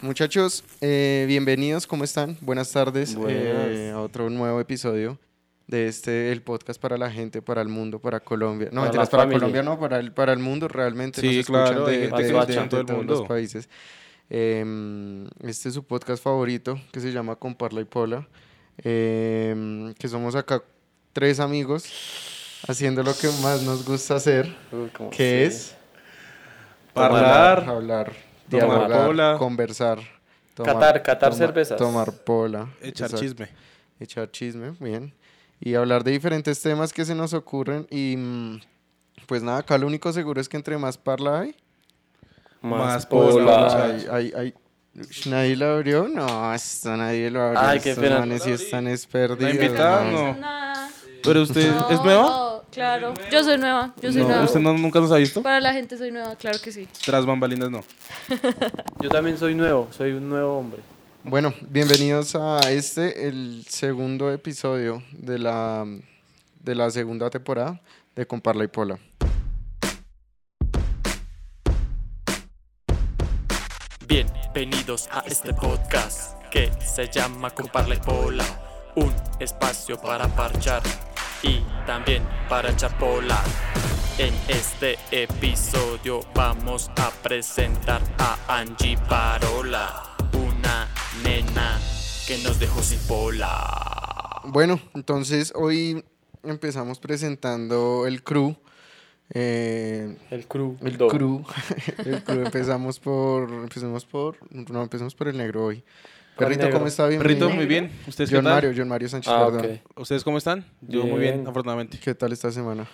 Muchachos, eh, bienvenidos, ¿cómo están? Buenas tardes Buenas. eh, a otro nuevo episodio de este, el podcast para la gente, para el mundo, para Colombia. No, Para mentiras, la para familia. Colombia no, para el, para el mundo realmente. Sí, nos escuchan claro, hay de, gente de- que de- escucha en de todo el todos mundo. los países. Eh, este es su podcast favorito que se llama Comparla y Pola, eh, que somos acá tres amigos haciendo lo que más nos gusta hacer, Uy, ¿cómo que sí? es Hablar. hablar, tomar dialogar, pola. conversar. Catar, catar toma- cervezas. Tomar pola. Echar exacto, chisme. Echar chisme, bien. Y hablar de diferentes temas que se nos ocurren. Y mm, pues nada, acá lo único seguro es que entre más parla hay, Más, Más pola. pola. hay, hay, hay- Ush, Nadie lo abrió, no, esto nadie lo abrió. Ay, qué estos pena. manes sí están es perdidos, invitada, man. No. Nada. Pero usted No, es nueva? no, claro. Yo soy nueva. Yo soy No, nueva. usted no- nunca nos ha visto. Para la gente soy nueva, claro que sí. Tras bambalinas no. Yo también soy nuevo, soy un nuevo hombre. Bueno, bienvenidos a este, el segundo episodio de la, de la segunda temporada de Comparla y Pola. Bienvenidos a este podcast que se llama Comparle Pola, un espacio para parchar y también para echar pola. En este episodio vamos a presentar a Angie Parola, una nena que nos dejó sin pola. Bueno, entonces hoy empezamos presentando el crew. Eh, El crew. el Do. crew. el crew empezamos por. Empezamos por. No, empezamos por el negro hoy. Por el Perrito, negro. ¿cómo está? bien? Perrito, muy bien. ¿Ustedes qué John tal? Mario, John Mario Sánchez, Ah, perdón. ok. ¿Ustedes cómo están? Yo muy Bien. bien, afortunadamente. ¿Qué tal esta semana?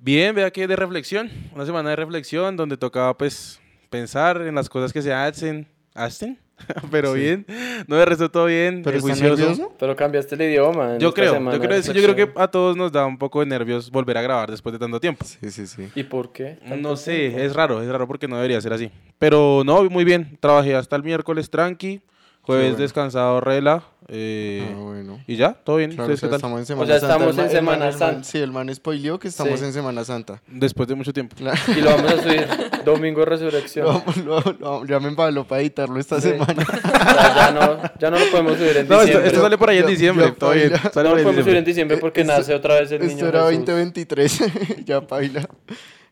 Bien, vea que de reflexión. Una semana de reflexión donde tocaba pues pensar en las cosas que se hacen. ¿Hacen? Pero Sí. bien. No, de resto todo bien. ¿Pero eh, estás juicioso. nervioso? Pero cambiaste el idioma. en Yo esta creo, semana yo quiero de decir, yo creo que reflexión. a todos nos da un poco de nervios volver a grabar después de tanto tiempo. Sí, sí, sí. ¿Y por qué? No sé, es raro, es raro porque no debería ser así. Pero no, muy bien. Trabajé hasta el miércoles tranqui, jueves bueno. descansado rela. eh, Ah, bueno. Y ya, todo bien. Claro, o ¿Ustedes sea, qué tal? estamos en Semana O sea, Santa. estamos El en man- el man- el Semana man- Santa. Sí, el man spoileó que estamos Sí. en Semana Santa. Después de mucho tiempo. Claro. Y lo vamos a subir domingo resurrección. Lo- lo- lo- ya me embaló para editarlo esta Sí. semana. O sea, ya, no, ya no lo podemos subir en No, esto, diciembre. esto sale por ahí en Yo- diciembre. yo todo bien, baila. sale no por lo ahí en podemos subir en diciembre. diciembre porque Esto- nace otra vez el niño Esto era Jesús. 2023, ya paila.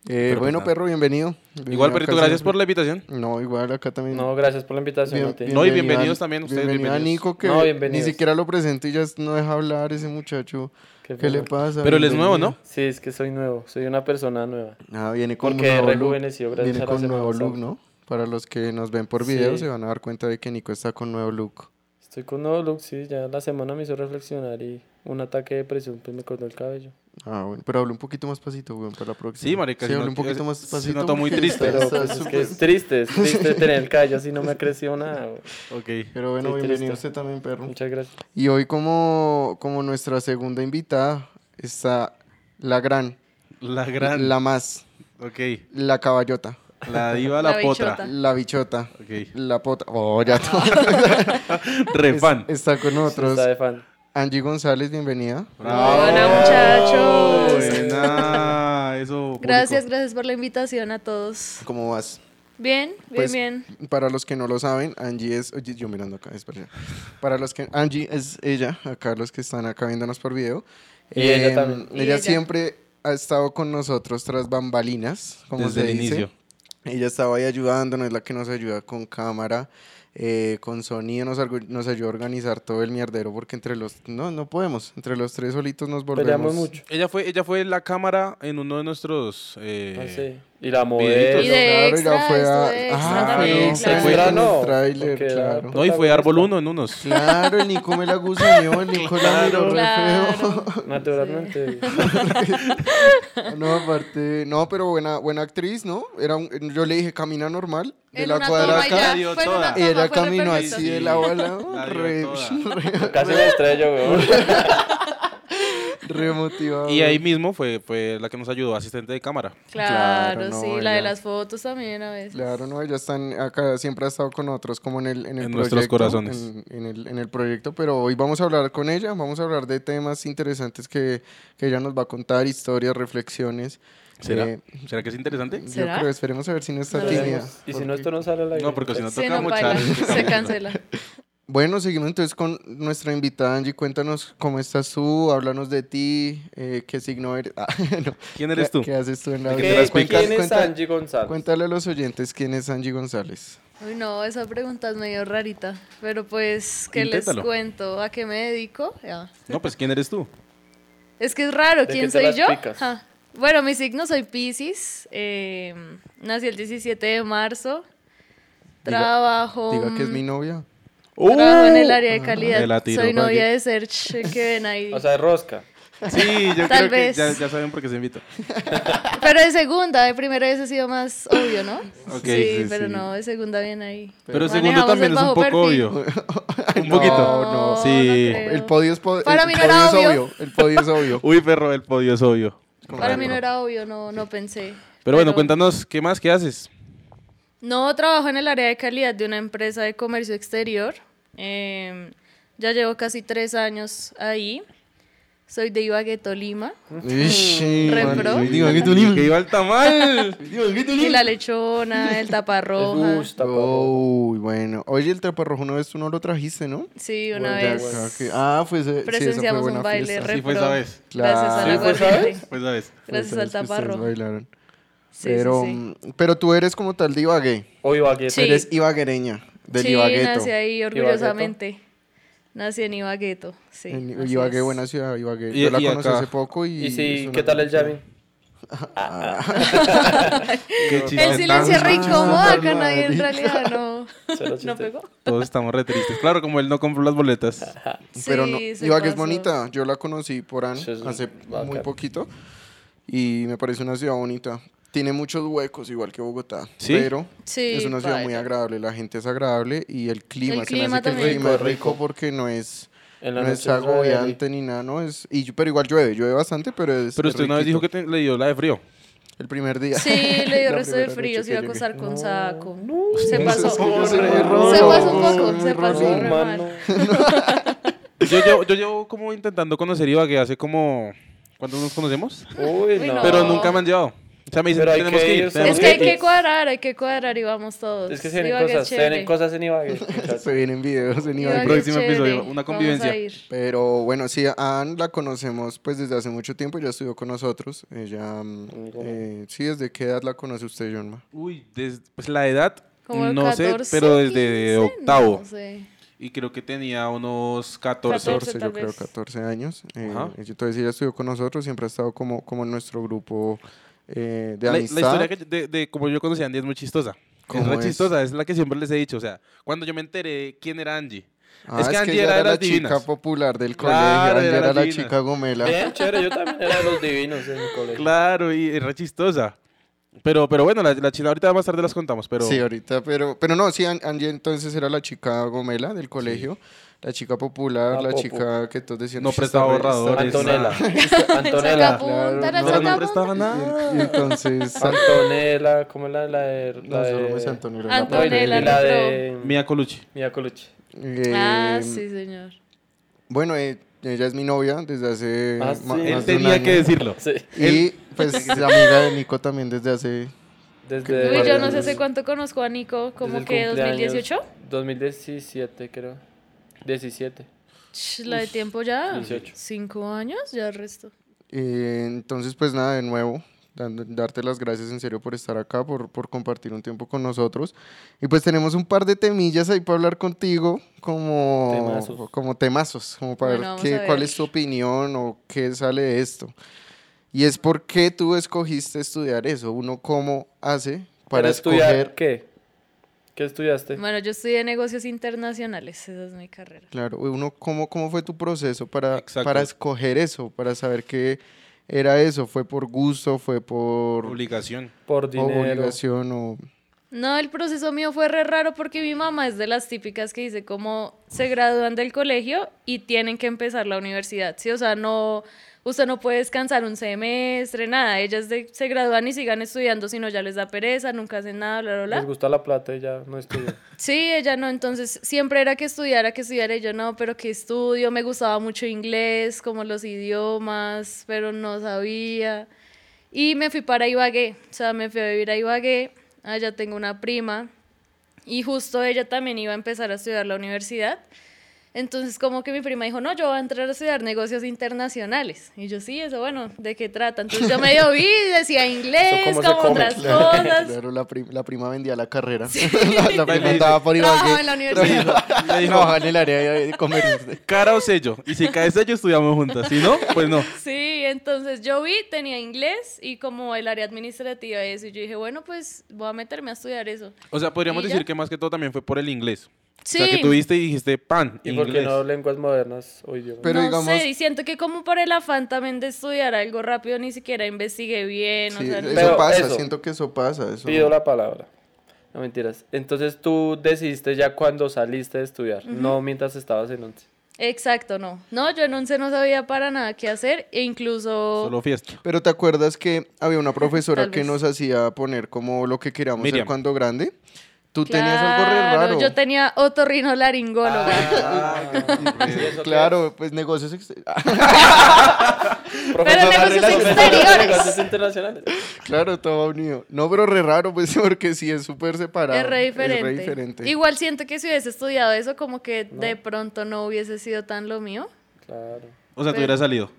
Eh, pues bueno, nada. perro, bienvenido. Bienvenido Igual, acá Perrito, siempre. gracias por la invitación. No, igual acá también. No, gracias por la invitación Bien- a ti. No, y bienvenido bienvenidos a- también ustedes, Bienvenido a bienvenidos. Nico, que No, ni bienvenidos. siquiera lo presento y ya no deja hablar ese muchacho. Qué ¿Qué le bueno. pasa? Pero él es nuevo, Bienvenido. ¿no? Sí, es que soy nuevo, soy una persona nueva. Ah, viene con Porque un nuevo rejuveneció look. gracias Viene a la con nuevo Semana look, Santa. ¿no? Para los que nos ven por video Sí. se van a dar cuenta de que Nico está con nuevo look. Estoy con nuevo look, sí, ya la semana me hizo reflexionar y un ataque de presión pues me cortó el cabello. Ah, bueno. Pero habla un poquito más pasito, weón, para la próxima. Sí, marica, Sí, si habla no- un poquito es- más se pasito. nota muy triste. Pero, Pero está pues, es que súper- es triste, es triste tener el cabello así, no me ha crecido nada. güey. Ok. pero bueno, Sí, bienvenido triste. usted también, perro. Muchas gracias. Y hoy como, como nuestra segunda invitada está la gran, La gran. la más, Ok. la caballota, La diva, la, La potra. bichota. la bichota, Ok. la pota. Oh, ya todo. Re fan. Es- Está con Sí, nosotros está de fan. Angie González, bienvenida. Bravo. Hola, muchachos. Ah, Buena, Eso. público. Gracias, gracias por la invitación a todos. ¿Cómo vas? Bien, bien, Pues- bien. Para los que no lo saben, Angie es. Oye, yo mirando acá, espera. Para los que. Angie es ella, acá los que están acá viéndonos por video. Em, Y ella también. Y ella ella. siempre ha estado con nosotros tras bambalinas, como Desde se el dice. inicio. Ella estaba ahí ayudándonos, es la que nos ayuda con cámara, eh, con sonido, nos, algo- nos ayudó a organizar todo el mierdero, porque entre los... No, no podemos, entre los tres solitos nos volvemos... Peleamos mucho. Ella fue, ella fue la cámara en uno de nuestros. eh, Ah, sí. Y la videitos. modelo. Y de Claro, ya extra, fue estuvo a- de Ah, extra fue también, un claro. secuestro. en el No, tráiler, porque era claro. No, y fue árbol uno en unos. Claro, el Nico me la gusaneó, el Nico la miró re Claro. Naturalmente. feo. No, aparte, no, pero buena, buena actriz, ¿no? Era un- yo le dije, camina normal, de En la una cuadra toma y ya, acá. y dio fue en toda. una Y toma, ella fue caminó perfecto. así de la bola. La dio re- toda. re- Casi me estrello, güey. Remotivado. Y ahí mismo fue, fue la que nos ayudó, asistente de cámara. Claro, Claro, no, sí, la de ella- las fotos también a veces. Claro, no, ella está en- acá, siempre ha estado con nosotros como en el, en el En nuestros proyecto, corazones. En, en el, en el proyecto, pero hoy vamos a hablar con ella, vamos a hablar de temas interesantes que, que ella nos va a contar, historias, reflexiones. ¿Será? Eh, ¿Será que es interesante? Yo ¿Será? creo, esperemos a ver si no está No tímida. Veremos. Y si no, porque- esto no sale a la No, porque si no Se toca no mucha. baila, se cancela. Bueno, seguimos entonces con nuestra invitada Angie, cuéntanos cómo estás tú, háblanos de ti, eh, qué signo eres, Ah, no, ¿Quién eres tú? ¿Qué, haces tú en la ¿De vida? te las ¿Qué- cuentas? ¿Quién es Cuenta- Angie González? Cuéntale a los oyentes quién es Angie González. Uy, no, esa pregunta es medio rarita. Pero pues, ¿qué Inténtalo. les cuento? ¿A qué me dedico? Ya. No, pues ¿quién eres tú? Es que es raro, ¿De qué ¿quién te soy las yo? picas? Ah, Bueno, mi signo soy Pisces. eh, nací el 17 de marzo. Diga- Trabajo. Diga que es mm, Um, mi ¡Uh! novia. ¡Uh! Trabajo en el área de Me la calidad. tiró Soy pa' novia aquí. de Serge, el que ven ahí. O sea, de rosca. Sí, yo creo Tal que vez. ya, ya saben por qué se invita. pero de segunda, de primera hubiese sido más obvio, ¿no? Ok, sí, sí, pero sí. no, de segunda bien ahí. Pero el segundo Manejamos también el es un bajo poco perfil. obvio. Un No, poquito. no. Sí. creo. El podio es, po- Para el mí no podio era es obvio. El podio es obvio. Uy, perro, el podio es obvio. Para mí no era obvio, no, no pensé. Pero bueno, cuéntanos, ¿qué más? ¿Qué haces? No, trabajo en el área de calidad de una empresa de comercio exterior. Eh, ya llevo casi tres años ahí. Soy de Ibagué, Tolima. Ishi, Repro. man, diga que tú ni- Que iba al tamal. Y la lechona, el taparroja. Uy, taparroja. Uy, bueno. Oye, el taparrojo una vez tú no lo trajiste, ¿no? Sí, una Ya vez acá que- Ah, pues eh, sí, esa fue presenciamos buena un baile fiesta. re- repro. Sí, fue esa vez. Gracias a la Claro. Sí, fue esa corriente. Pues sabes. Gracias Ustedes al que ustedes taparrojo. bailaron. Sí, sí, Pero, sí. mm, pero tú eres como tal de Ibagué. Hoy va aquí. Sí. Eres ibaguereña del sí, Ibagueto. nací ahí orgullosamente. Nací en Ibagueto, sí. En así Ibagué, es. buena ciudad, Ibagué. Y- Yo la y conocí acá. hace poco y... ¿Y es si, una qué tal el gran Jamin? Qué chiste El silencio es tan- re incómodo, acá madre. nadie en realidad no, Cero chiste. no pegó. Todos estamos re tristes. Claro, como él no compró las boletas. Pero Sí, no, se Ibagué es pasó. bonita. Yo la conocí por An Sí, es hace bacán. muy poquito y me parece una ciudad bonita. Tiene muchos huecos, igual que Bogotá, ¿Sí? pero Sí, es una ciudad muy baila. agradable. La gente es agradable y el clima, El se me hace clima que el también. clima es Rico, rico. rico porque no es, En no la es noche es re agobiante ni nada, no es. Y, pero igual llueve, llueve bastante, pero es. Pero usted una vez dijo riquito. que te- le dio la de frío. el primer día. Sí, le dio La resto de primera frío, noche se iba a que llegué. acostar con No, saco. no. se pasó. Es que yo soy Re muy rolo, rolo, se pasó un soy poco, muy se pasó rolo. re Mano. mal. Yo llevo, yo llevo como intentando conocer Ibagué hace como... ¿Cuántos nos conocemos? Uy, no. Pero nunca me han llevado. O sea, me dicen, Pero hay tenemos que que ir, ir. es tenemos Es que hay ir". que cuadrar, hay que cuadrar y vamos todos. Es que se vienen Ibagué es cosas, se chévere. vienen cosas en Ibagué. muchachos. Se vienen videos en Ibagué Ibagué. es próximo chévere, episodio, una vamos a convivencia. ir. Pero bueno, sí, a Ann la conocemos pues desde hace mucho tiempo, ya estudió con nosotros. Ella, mm, Conmigo no. eh, sí, ¿desde qué edad la conoce usted, Jonma? Uy, des- pues la edad, Como de no 14, sé, pero desde 15, no octavo. sé. Y creo que tenía unos 14. 14. yo tal creo, vez. 14 años. Eh, Ajá. ella- entonces ella estudió con nosotros, siempre ha estado como, como en nuestro grupo eh, de La, la amistad. historia que yo- de, de cómo yo conocí a Andy es muy chistosa. Es ¿Cómo re es? chistosa, es la que siempre les he dicho. O sea, cuando yo me enteré quién era Angie. Ah, es que Angie ella era de la las chica divinas. popular del colegio, Claro, Angie era era, las la divinas. chica gomela. Bien, chévere, yo también era de los divinos en mi colegio. Claro, y es re chistosa. Pero, pero bueno, la, la china ahorita más tarde las contamos, pero... Sí, ahorita, pero, pero no, sí, An- Angie entonces era la chica gomela del colegio, la chica popular, La la popo. chica que todos decían... No "Uy, está prestaba re- está borradores, Antonella. Saca Antonella. punta, la Claro, Pero saca no sacamos. punta. prestaba nada. Y, y entonces... Ah, Antonella, ¿cómo es la, la de. No, La solo me de... sé Antonio Antonella. No, y- y Antonella, la no. de. Mia Colucci. Mia Colucci. Eh, Ah, sí, señor. Bueno, eh, ella es mi novia desde hace Ah, ma- sí. más Él de un tenía año. que decirlo. Sí. Y pues la amiga de Nico también desde hace... Desde. Uy, yo no sé Desde hace cuánto conozco a Nico, desde como el que cumpleaños- 2018. 2017, creo. 17. Ch, La de tiempo ya. 18. Cinco años, ya el resto. eh, entonces pues nada, de nuevo, dando- darte las gracias en serio por estar acá, por, por compartir un tiempo con nosotros. Y pues tenemos un par de temillas ahí para hablar contigo, como Temazos. como, temazos, como para Bueno, ver, vamos qué- a ver. cuál es tu opinión o qué sale de esto. Y es por qué tú escogiste estudiar eso, uno cómo hace para escoger... estudiar. ¿Qué? ¿Qué estudiaste? Bueno, yo estudié negocios internacionales, esa es mi carrera. Claro, uno, ¿cómo, cómo fue tu proceso para, Exacto. para escoger eso, para saber qué era eso? ¿Fue por gusto, fue por Obligación. Por dinero. obligación o...? No, el proceso mío fue re raro porque mi mamá es de las típicas que dice como se gradúan del colegio y tienen que empezar la universidad, ¿sí? O sea, no, usted no puede descansar un semestre, nada. Ellas de- se gradúan y sigan estudiando, sino ya les da pereza, nunca hacen nada, bla, bla, Les bla. gusta la plata y ya no estudian. Sí, ella no, entonces siempre era que estudiara, que estudiara, y yo no, pero que estudio, me gustaba mucho inglés, como los idiomas, pero no sabía. Y me fui para Ibagué, o sea, me fui a vivir a Ibagué, allá tengo una prima, y justo ella también iba a empezar a estudiar la universidad. Entonces como que mi prima dijo, no, yo voy a entrar a estudiar negocios internacionales. Y yo, sí, eso bueno, ¿de qué trata? Entonces yo medio vi, decía inglés, cómo se como come, otras Claro, cosas. claro, la, prim- la prima vendía la carrera. la, la prima andaba por Trabajaba Ibagué. en la universidad. Le dijo, Trabajaba en el área de comercio. cara o sello. Y si cae sello, estudiamos juntas. Si no, pues no. Sí, entonces yo vi, tenía inglés y como el área administrativa y eso, y yo dije, bueno, pues voy a meterme a estudiar eso. O sea, podríamos ¿Y ya? decir que más que todo también fue por el inglés. Sí, O sea, que tuviste y dijiste pan, ¿Y por qué inglés. no lenguas modernas o idiomas? Pero no digamos- sé, y siento que como por el afán también de estudiar algo rápido, ni siquiera investigué bien, o Sí, sea, eso no- Pero pasa, eso. siento que eso pasa. Eso. Pido la palabra. No mentiras. Entonces tú decidiste ya cuando saliste de estudiar, no mientras estabas en once. Exacto, no. No, yo en once no sabía para nada qué hacer e incluso... Solo fiesta. Pero te acuerdas que había una profesora Tal que vez. nos hacía poner como lo que queríamos ser Miriam. cuando grande. Tú tenías algo re Claro, raro. Yo tenía Ah, otorrinolaringóloga. pues, Claro, pues negocios. ex- Pero negocios exteriores. Negocios internacionales. claro, todo va unido. No, pero re raro, pues porque sí Ah, es súper separado. Es re diferente. diferente. Igual siento que si hubiese estudiado eso, como que de pronto no hubiese sido tan lo mío. Claro. O sea, te hubiera salido.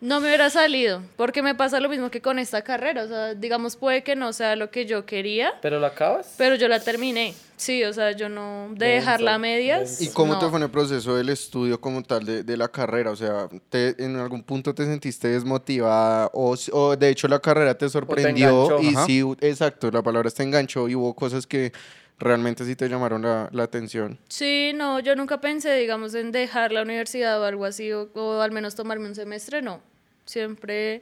No me hubiera salido, porque me pasa lo mismo que con esta carrera. O sea, digamos, puede que no sea lo que yo quería, ¿Pero la acabas? pero yo la terminé. Sí, o sea, yo no. De Denso, dejarla a medias. denso. ¿Y cómo te no. fue en el proceso del estudio como tal de, de la carrera? O sea, te- ¿en algún punto te sentiste desmotivada o, s- o de hecho la carrera te sorprendió? enganchó, y ajá. sí, u- exacto, la palabra te enganchó y hubo cosas que realmente sí te llamaron la, la atención. Sí, no, yo nunca pensé, digamos, en dejar la universidad o algo así, o, o al menos tomarme un semestre, no. Siempre,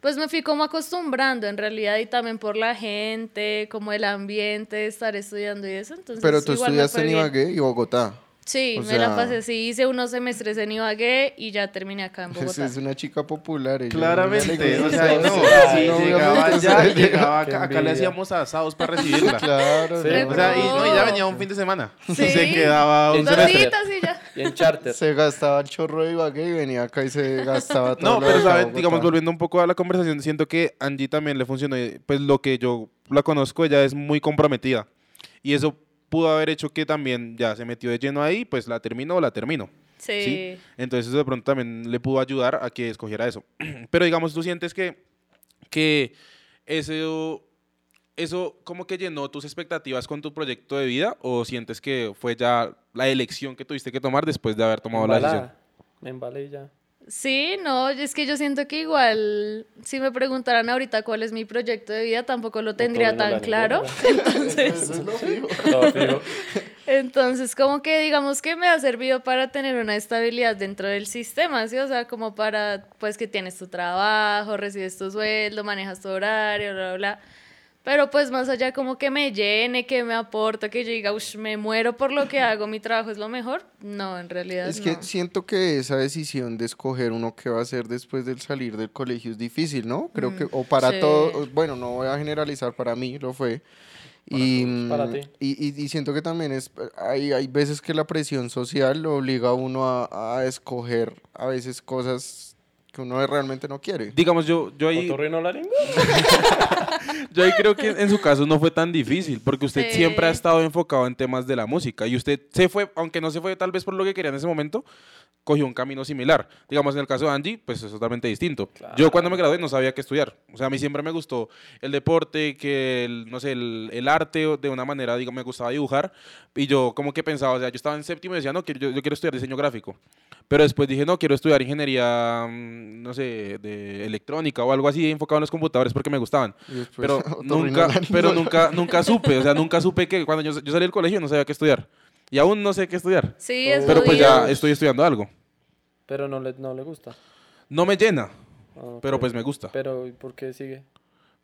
pues me fui como acostumbrando en realidad y también por la gente, como el ambiente, de estar estudiando y eso. Entonces, Pero tú igual me estudiaste fue en bien. Ibagué y Bogotá. Sí, o me sea- la pasé, sí, hice unos semestres en Ibagué y ya terminé acá en Pues Bogotá. es una chica popular. ella, ella le Claramente, o gusta sea, eso. no, Sí, sí, obviamente, llegaba ya, o sea, llegaba Qué acá, acá le envidia. hacíamos asados para recibirla. Claro, Sí, no, O sea, y, no, y ya venía un fin de semana. Y se quedaba un Dos semestre. Dositas y ya. Y en charter. se gastaba el chorro de Ibagué y venía acá y se gastaba todo. No, lo pero de acá sabes, Bogotá. digamos, volviendo un poco a la conversación, siento que Angie también le funcionó. eh, Pues lo que yo la conozco, ella es muy comprometida. Y eso pudo haber hecho que también ya se metió de lleno ahí, pues la termino o la termino. Sí. ¿sí? Entonces eso de pronto también le pudo ayudar a que escogiera eso. Pero digamos, tú sientes que, que eso, eso como que llenó tus expectativas con tu proyecto de vida o sientes que fue ya la elección que tuviste que tomar después de haber tomado la decisión. Embalada. Me embalé y ya. Sí, no, es que yo siento que igual, si me preguntaran ahorita cuál es mi proyecto de vida, tampoco lo tendría tuve nada, tan ni claro. Entonces, Eso es lo fijo. No, fijo. entonces, como que digamos que me ha servido para tener una estabilidad dentro del sistema, ¿sí? O sea, como para, pues que tienes tu trabajo, recibes tu sueldo, manejas tu horario, bla, bla, bla. Pero pues más allá como que me llene, que me aporte, que yo diga, "Ush, me muero por lo que hago, mi trabajo es lo mejor. No, en realidad Es que no. siento que esa decisión de escoger uno qué va a hacer después del salir del colegio es difícil, ¿no? Creo que, o para Mm, sí. todo, bueno, no voy a generalizar, para mí lo fue. Y, mm, para ti. y, y- y siento que también es, hay, hay veces que la presión social lo obliga a uno a, a escoger a veces cosas que uno realmente no quiere. Digamos, yo, yo ahí... ¿Otorrinolaringólogo? Yo ahí creo que en su caso no fue tan difícil, porque usted Sí. siempre ha estado enfocado en temas de la música y usted se fue, aunque no se fue tal vez por lo que quería en ese momento, cogió un camino similar. Digamos, en el caso de Angie, pues es totalmente distinto. Yo cuando me gradué no sabía qué estudiar. O sea, a mí siempre me gustó el deporte, que el, no sé, el, el arte o de una manera, digo, me gustaba dibujar y yo como que pensaba, o sea, yo estaba en séptimo y decía, no, quiero- yo, yo quiero estudiar diseño gráfico. Pero después dije, no, quiero estudiar ingeniería, mm, no sé, de electrónica o algo así, enfocado en los computadores porque me gustaban Y después, pero nunca, otorrinolaringólogo. pero nunca, nunca supe, o sea, nunca supe que cuando yo, yo salí del colegio no sabía qué estudiar. Y aún no sé qué estudiar. Sí, Pero es Pero pues ya jodido. estoy estudiando algo. Pero no le, no le gusta. No me llena, Ah, ok. pero pues me gusta. Pero, ¿y por qué sigue?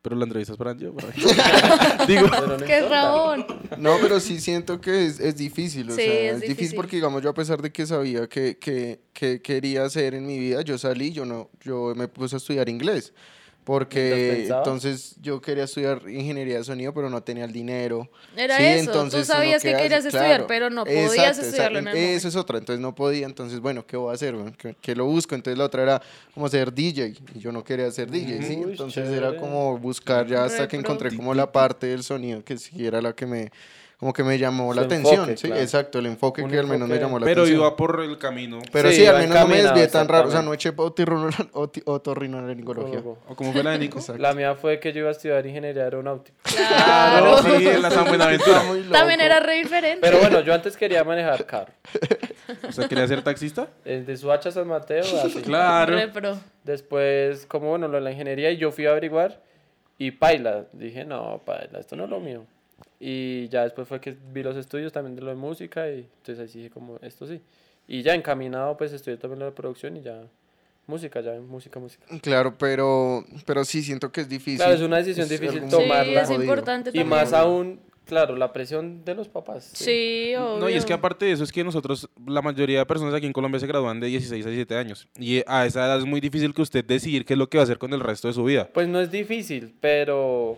Pero la entrevista es para Angie. o para mí? Digo, Pero no ¡Qué importa. rabón! No, pero sí siento que es, es difícil, o Sí, sea, es es difícil difícil. porque digamos yo a pesar de que sabía que, que- que quería hacer en mi vida, yo salí, yo no, yo me puse a estudiar inglés Mientras porque pensabas. entonces yo quería estudiar ingeniería de sonido, pero no tenía el dinero. Era Sí, eso. Tú entonces, ¿uno sabías qué que hace? querías estudiar, Claro. pero no Exacto, podías exacto. estudiarlo en el Eso momento. es otra, entonces no podía, entonces bueno, ¿qué voy a hacer? weón? ¿Qué, qué lo busco? Entonces la otra era como ser DJ y yo no quería ser DJ, ¿sí? Uy, Entonces chévere. era como buscar ya hasta que encontré como la parte del sonido que sí era la que me como que me llamó la Su atención, enfoque, sí, claro. exacto, el enfoque Un que al menos me enfoque- llamó la pero atención. iba por el camino. Pero Sí, sí, iba al menos no me encaminado, desvié tan raro, o sea, exactamente. no eché otirrinol- oti- otorrinolaringología. ¿O como fue la de Nico? Exacto. La mía fue que yo iba a estudiar ingeniería aeronáutica. No, Claro. sí, en la San Está Buenaventura. muy loco. También era re diferente. Pero bueno, yo antes quería manejar carro. ¿O sea, quería ser taxista? Eh, El de Suacha a San Mateo, así. Re Claro. pro. Después, como bueno, lo de la ingeniería, y yo fui a averiguar y paila. Dije, no, paila, esto no es lo mío. Y ya después fue que vi los estudios también de lo de música y entonces ahí sí dije como, esto sí. Y ya encaminado, pues estudié también la producción y ya música, ya música, música. Claro, pero pero sí siento que es difícil. Claro, es una decisión difícil algo muy Sí, tomarla. es jodido. importante Y también. más aún, claro, la presión de los papás. Sí, obvio. No, y es que aparte de eso es que nosotros, la mayoría de personas aquí en Colombia se gradúan de 16 a 17 años. Y eh, a esa edad es muy difícil que usted decidir qué es lo que va a hacer con el resto de su vida. Pues no es difícil, pero...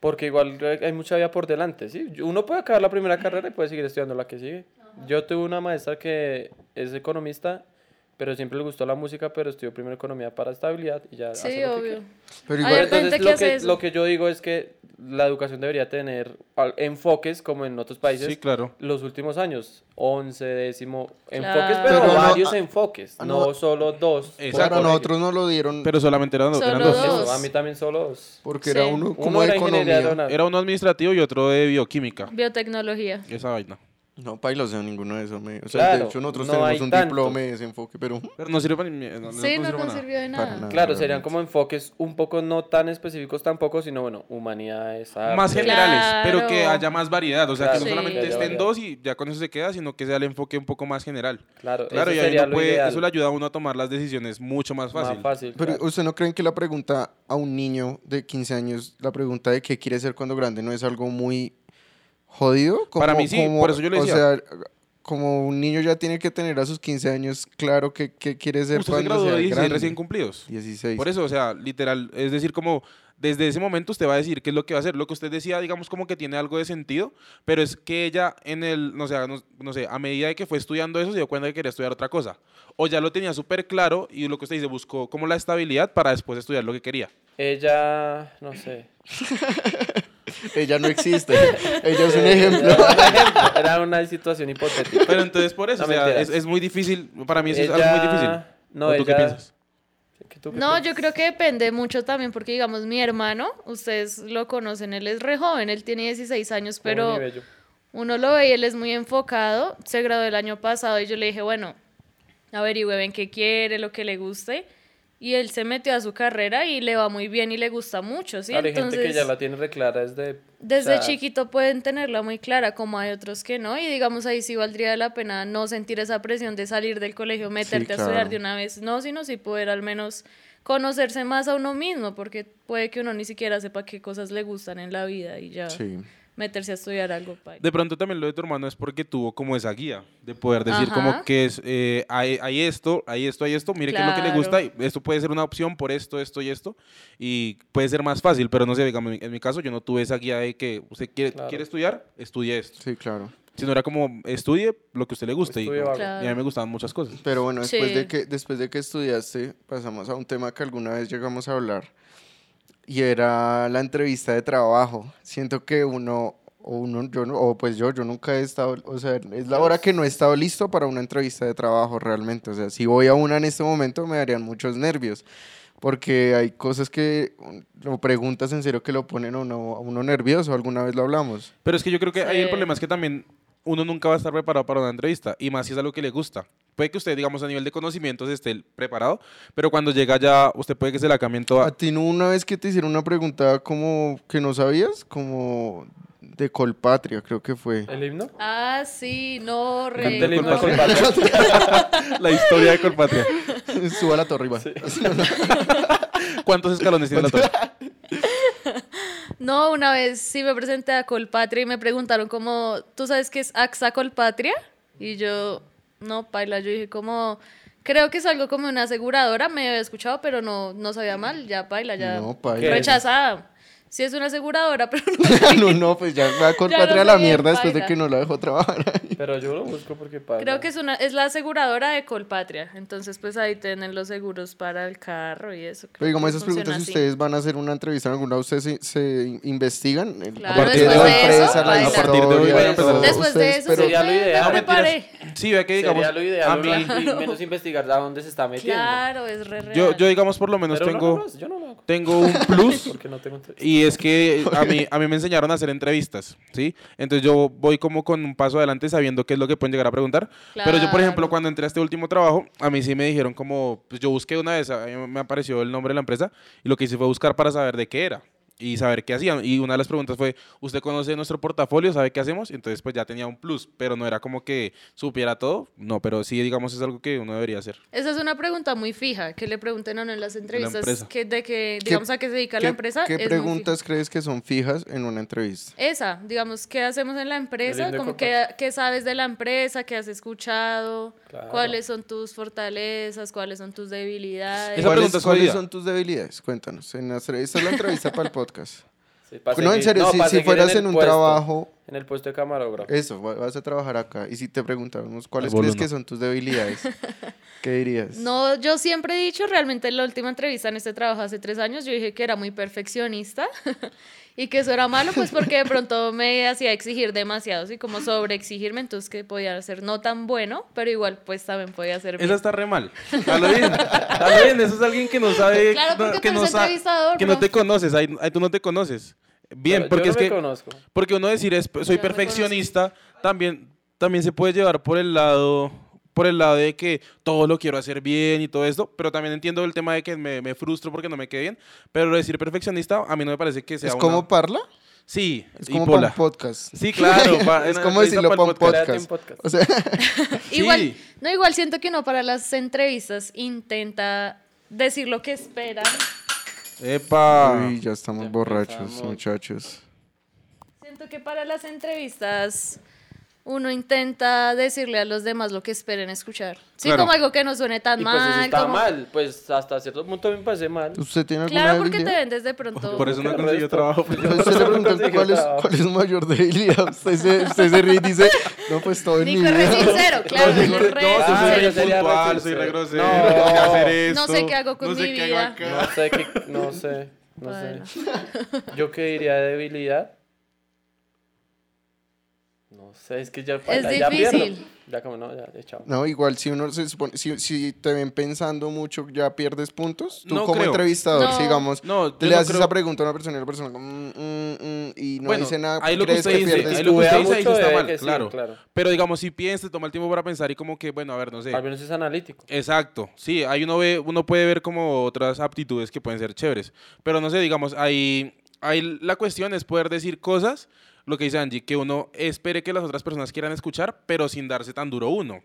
Porque igual hay mucha vida por delante, ¿sí? Uno puede acabar la primera carrera y puede seguir estudiando la que sigue. Yo tuve una maestra que es economista, pero siempre le gustó la música, pero estudió primero economía para estabilidad y ya... hace Sí, lo que obvio. quiere. Pero Hay igual harta gente Entonces, que lo hace que, eso. lo que yo digo es que la educación debería tener al- enfoques como en otros países. Sí, claro. Los últimos años, 11, décimo, enfoques, Claro. pero, Pero no, varios ah, enfoques, ah, no, no. solo dos. por Exacto. Claro, colegio. nosotros no lo dieron Pero solamente eran, Solo eran dos. dos. Eso, a mí también solo dos. porque Sí. era uno Uno como de era ingeniería economía. aeronáutica. Era uno administrativo y otro de bioquímica. Biotecnología. Esa vaina. No, paila, o sea, ninguno de eso. me- o sea, de Claro, hecho nosotros no hay tenemos un tanto. diploma de desenfoque, pero Pero no sirve para ni mierda, Sí, no sirve para nos nada. sirvió de para nada. nada, Claro, realmente. serían como enfoques un poco no tan específicos tampoco, sino bueno, humanidades, Más arte. generales, pero Claro. que haya más variedad. O sea, que Claro. no Sí. solamente Que haya estén variedad. dos y ya con eso se queda, sino que sea el enfoque un poco más general. Claro, Claro, eso y ahí sería uno lo puede- ideal. eso le ayuda a uno a tomar las decisiones mucho más fácil. Más fácil. Pero claro. ¿usted no creen que la pregunta a un niño de 15 años, la pregunta de qué quiere ser cuando grande, no es algo muy jodido? Para mí sí, por eso yo le decía. O sea, como un niño ya tiene que tener a sus 15 años claro que, que quiere ser Usted se cuando graduó sea de 16 grande. recién cumplidos. 16. Por eso, o sea, literal, es decir, como desde ese momento usted va a decir qué es lo que va a hacer. Lo que usted decía, digamos, como que tiene algo de sentido, pero es que ella en el, no sé, no, no sé, a medida de que fue estudiando eso, se dio cuenta que quería estudiar otra cosa. O ya lo tenía súper claro y lo que usted dice, buscó como la estabilidad para después estudiar lo que quería. Ella, no sé. Ella no existe. Ella es un ejemplo. Era, era una situación hipotética. Pero entonces por eso, No, o sea, mentiras. es, es muy difícil, para mí eso es Ella- algo muy difícil. no, ¿O tú qué ella- piensas? ¿Qué tú qué No, piensas? yo creo que depende mucho también, porque digamos, mi hermano, ustedes lo conocen, él es re joven, él tiene 16 años, Como pero mi bello. uno lo ve y él es muy enfocado. Se graduó el año pasado y yo le dije, bueno, averigüe ven qué quiere, lo que le guste. Y él se metió a su carrera y le va muy bien y le gusta mucho, ¿sí? Claro, hay gente que ya la tiene reclara desde... Desde o sea, chiquito pueden tenerla muy clara, como hay otros que no, y digamos ahí sí valdría la pena no sentir esa presión de salir del colegio, meterte a estudiar claro. de una vez, no, sino sí poder al menos conocerse más a uno mismo, porque puede que uno ni siquiera sepa qué cosas le gustan en la vida y ya Sí. meterse a estudiar algo. paila. De pronto también lo de tu hermano es porque tuvo como esa guía de poder decir como Ajá. que es, eh, hay, hay esto, hay esto, hay esto, mire qué es lo que le gusta, y esto puede ser una opción por esto, esto y esto, y puede ser más fácil, pero no sé, digamos, en mi caso yo no tuve esa guía de que usted quiere, Claro. quiere estudiar, estudie esto, Sí, claro. sino era como estudie lo que a usted le guste, y, Estudie y vago. Claro. a mí me gustaban muchas cosas. Pero bueno, después, Sí. de que, después de que estudiaste, pasamos a un tema que alguna vez llegamos a hablar y era la entrevista de trabajo. Siento que uno, o uno, yo no, o pues yo, yo nunca he estado, o sea, es la hora que no he estado listo para una entrevista de trabajo realmente. O sea, si voy a una en este momento me darían muchos nervios. Porque hay cosas que um, lo preguntas en serio que lo ponen a uno, a uno nervioso, alguna vez lo hablamos. Pero es que yo creo que ahí el Sí. problema es que también uno nunca va a estar preparado para una entrevista, y más si es algo que le gusta. Puede que usted, digamos, a nivel de conocimientos esté preparado, pero cuando llega ya, usted puede que se la cambien toda. ¿A ti no una vez que te hicieron una pregunta como que no sabías? Como de Colpatria, creo que fue. ¿El himno? Ah, sí, no, Canta re. el himno de no. Colpatria. La historia de Colpatria. Suba la torre, arriba. ¿Cuántos escalones tiene la torre? No, una vez sí me presenté a Colpatria y me preguntaron como, ¿tú sabes qué es AXA Colpatria? Y yo, no, paila, yo dije como, creo que es algo como una aseguradora, me había escuchado, pero no, no sabía mal, ya paila, ya No, paila. rechazada. Sí es una aseguradora, pero no. no, no, pues ya va a Ya Colpatria no a la soy bien mierda después de paila. que no la dejó trabajar ahí. Pero yo lo busco porque paila. Creo que es, una, es la aseguradora de Colpatria. Entonces, pues ahí tienen los seguros para el carro y eso. Pero digamos, Creo esas que funciona preguntas, si así. ustedes van a hacer una entrevista en algún lado, ¿ustedes se, se in- investigan? El- Claro, a partir de después hoy, de eso, empresa, la baila. A partir de hoy historia, van a empezar todo. a- Después de Ustedes, eso, pero- sí Sería lo me- me ideal. No, mentiras. preparé. Sí, vea que digamos. Sería lo ideal, a mí- ¿no? Y menos investigar a dónde se está metiendo. Claro, es re real. yo, yo, digamos, por lo menos Pero uno tengo, no lo hace, yo no lo hago. tengo un plus. Porque no tengo entrevista. Y es que a mí, a mí me enseñaron a hacer entrevistas, ¿sí? Entonces yo voy como con un paso adelante sabiendo qué es lo que pueden llegar a preguntar. Pero yo, por ejemplo, Claro. cuando entré a este último trabajo, a mí sí me dijeron como, pues yo busqué una vez, a mí me apareció el nombre de la empresa y lo que hice fue buscar para saber de qué era y saber qué hacían. Y una de las preguntas fue, ¿usted conoce nuestro portafolio? ¿Sabe qué hacemos? Entonces pues ya tenía un plus, pero no era como que supiera todo. No, pero sí, digamos, es algo que uno debería hacer. Esa es una pregunta muy fija, que le pregunten a uno en las entrevistas empresa. que, de que, digamos, a qué se dedica la empresa. ¿Qué es muy preguntas crees que son fijas en una entrevista? fija. Esa, digamos, ¿qué hacemos en la empresa? Pedirle Como que, contacto. ¿Qué sabes de la empresa? ¿Qué has escuchado? Claro. ¿Cuáles son tus fortalezas? ¿Cuáles son tus debilidades? Esa pregunta ¿Cuáles, es cuáles jodida. son tus debilidades? Cuéntanos. En las- esta es la entrevista para el podcast. Sí, pa' No, en seguir- serio, si, pa' si seguir fueras el en, un puesto, trabajo, En el puesto de camarógrafo. eh, eso, va- vas a trabajar acá. Y si te preguntáramos cuáles Bolo crees no. que son tus debilidades, ¿qué Pues dirías? No, yo siempre he dicho, realmente en la última entrevista en este trabajo hace tres años, yo dije que era muy perfeccionista y que eso era malo, pues porque de pronto me hacía exigir demasiado, así como sobreexigirme, entonces que podía ser no tan bueno, pero igual pues también podía ser bien. Esa está re mal. A lo bien. A lo bien. Eso es alguien que no sabe. Claro, porque tú que, no eres sa- entrevistador, que no bro. te conoces. Ahí, ahí tú no te conoces. Bien, Pero porque yo es no me que. conozco. Porque uno decir es, soy reconozco. perfeccionista también, también se puede llevar por el lado por el lado de que todo lo quiero hacer bien y todo esto, pero también entiendo el tema de que me, me frustro porque no me quede bien, pero decir perfeccionista a mí no me parece que sea ¿Es una- como parla? Sí, Es y como para pola. un podcast. Sí, claro. pa- es en- como en- decirlo para el para un podcast. podcast. Créate un podcast. O sea, Sí. Igual, no, igual siento que no para las entrevistas intenta decir lo que esperan. Epa. Uy, ya estamos Ya borrachos, empezamos. muchachos. Siento que para las entrevistas uno intenta decirle a los demás lo que esperen escuchar. Sí, Claro. como algo que no suene tan Y pues mal. eso está como- mal. Pues hasta cierto punto me parece mal. ¿Usted tiene alguna Claro, porque te debilidad? vendes de pronto. Por eso no El consiguió resto. trabajo. Entonces le preguntan cuál es, cuál es su mayor debilidad. Usted se, usted se ríe y dice, no, pues todo en mi Nico es re vida. sincero, claro, él es re No, yo soy sincero. re yo sería re puntual, soy re sincero. grosero, No. tengo que hacer esto, No sé qué hago con Ah, no sé mi qué hago vida. acá. No sé qué. No sé. No Bueno. sé. ¿Yo qué diría de debilidad? No sé, es que ya. paila, ya pierdo. difícil. Ya como no, ya, ya, chao. No, igual si uno se supone, si, si te ven pensando mucho, ya pierdes puntos. Tú No como creo. entrevistador, No. digamos, No, yo le no haces creo- esa pregunta a una persona y la persona como, mm, mm, mm, y no Bueno, dice nada. ahí lo que ¿crees usted dice, pierdes ahí lo que puntos? usted Vea dice ahí sí mucho está de mal, que sí, claro. claro. Pero digamos, si piensas, toma el tiempo para pensar y como que, bueno, a ver, no sé. Al menos es analítico. Exacto, sí, ahí uno ve, uno puede ver como otras aptitudes que pueden ser chéveres. Pero no sé, digamos, ahí, ahí la cuestión es poder decir cosas, lo que dice Angie, que uno espere que las otras personas quieran escuchar, pero sin darse tan duro uno.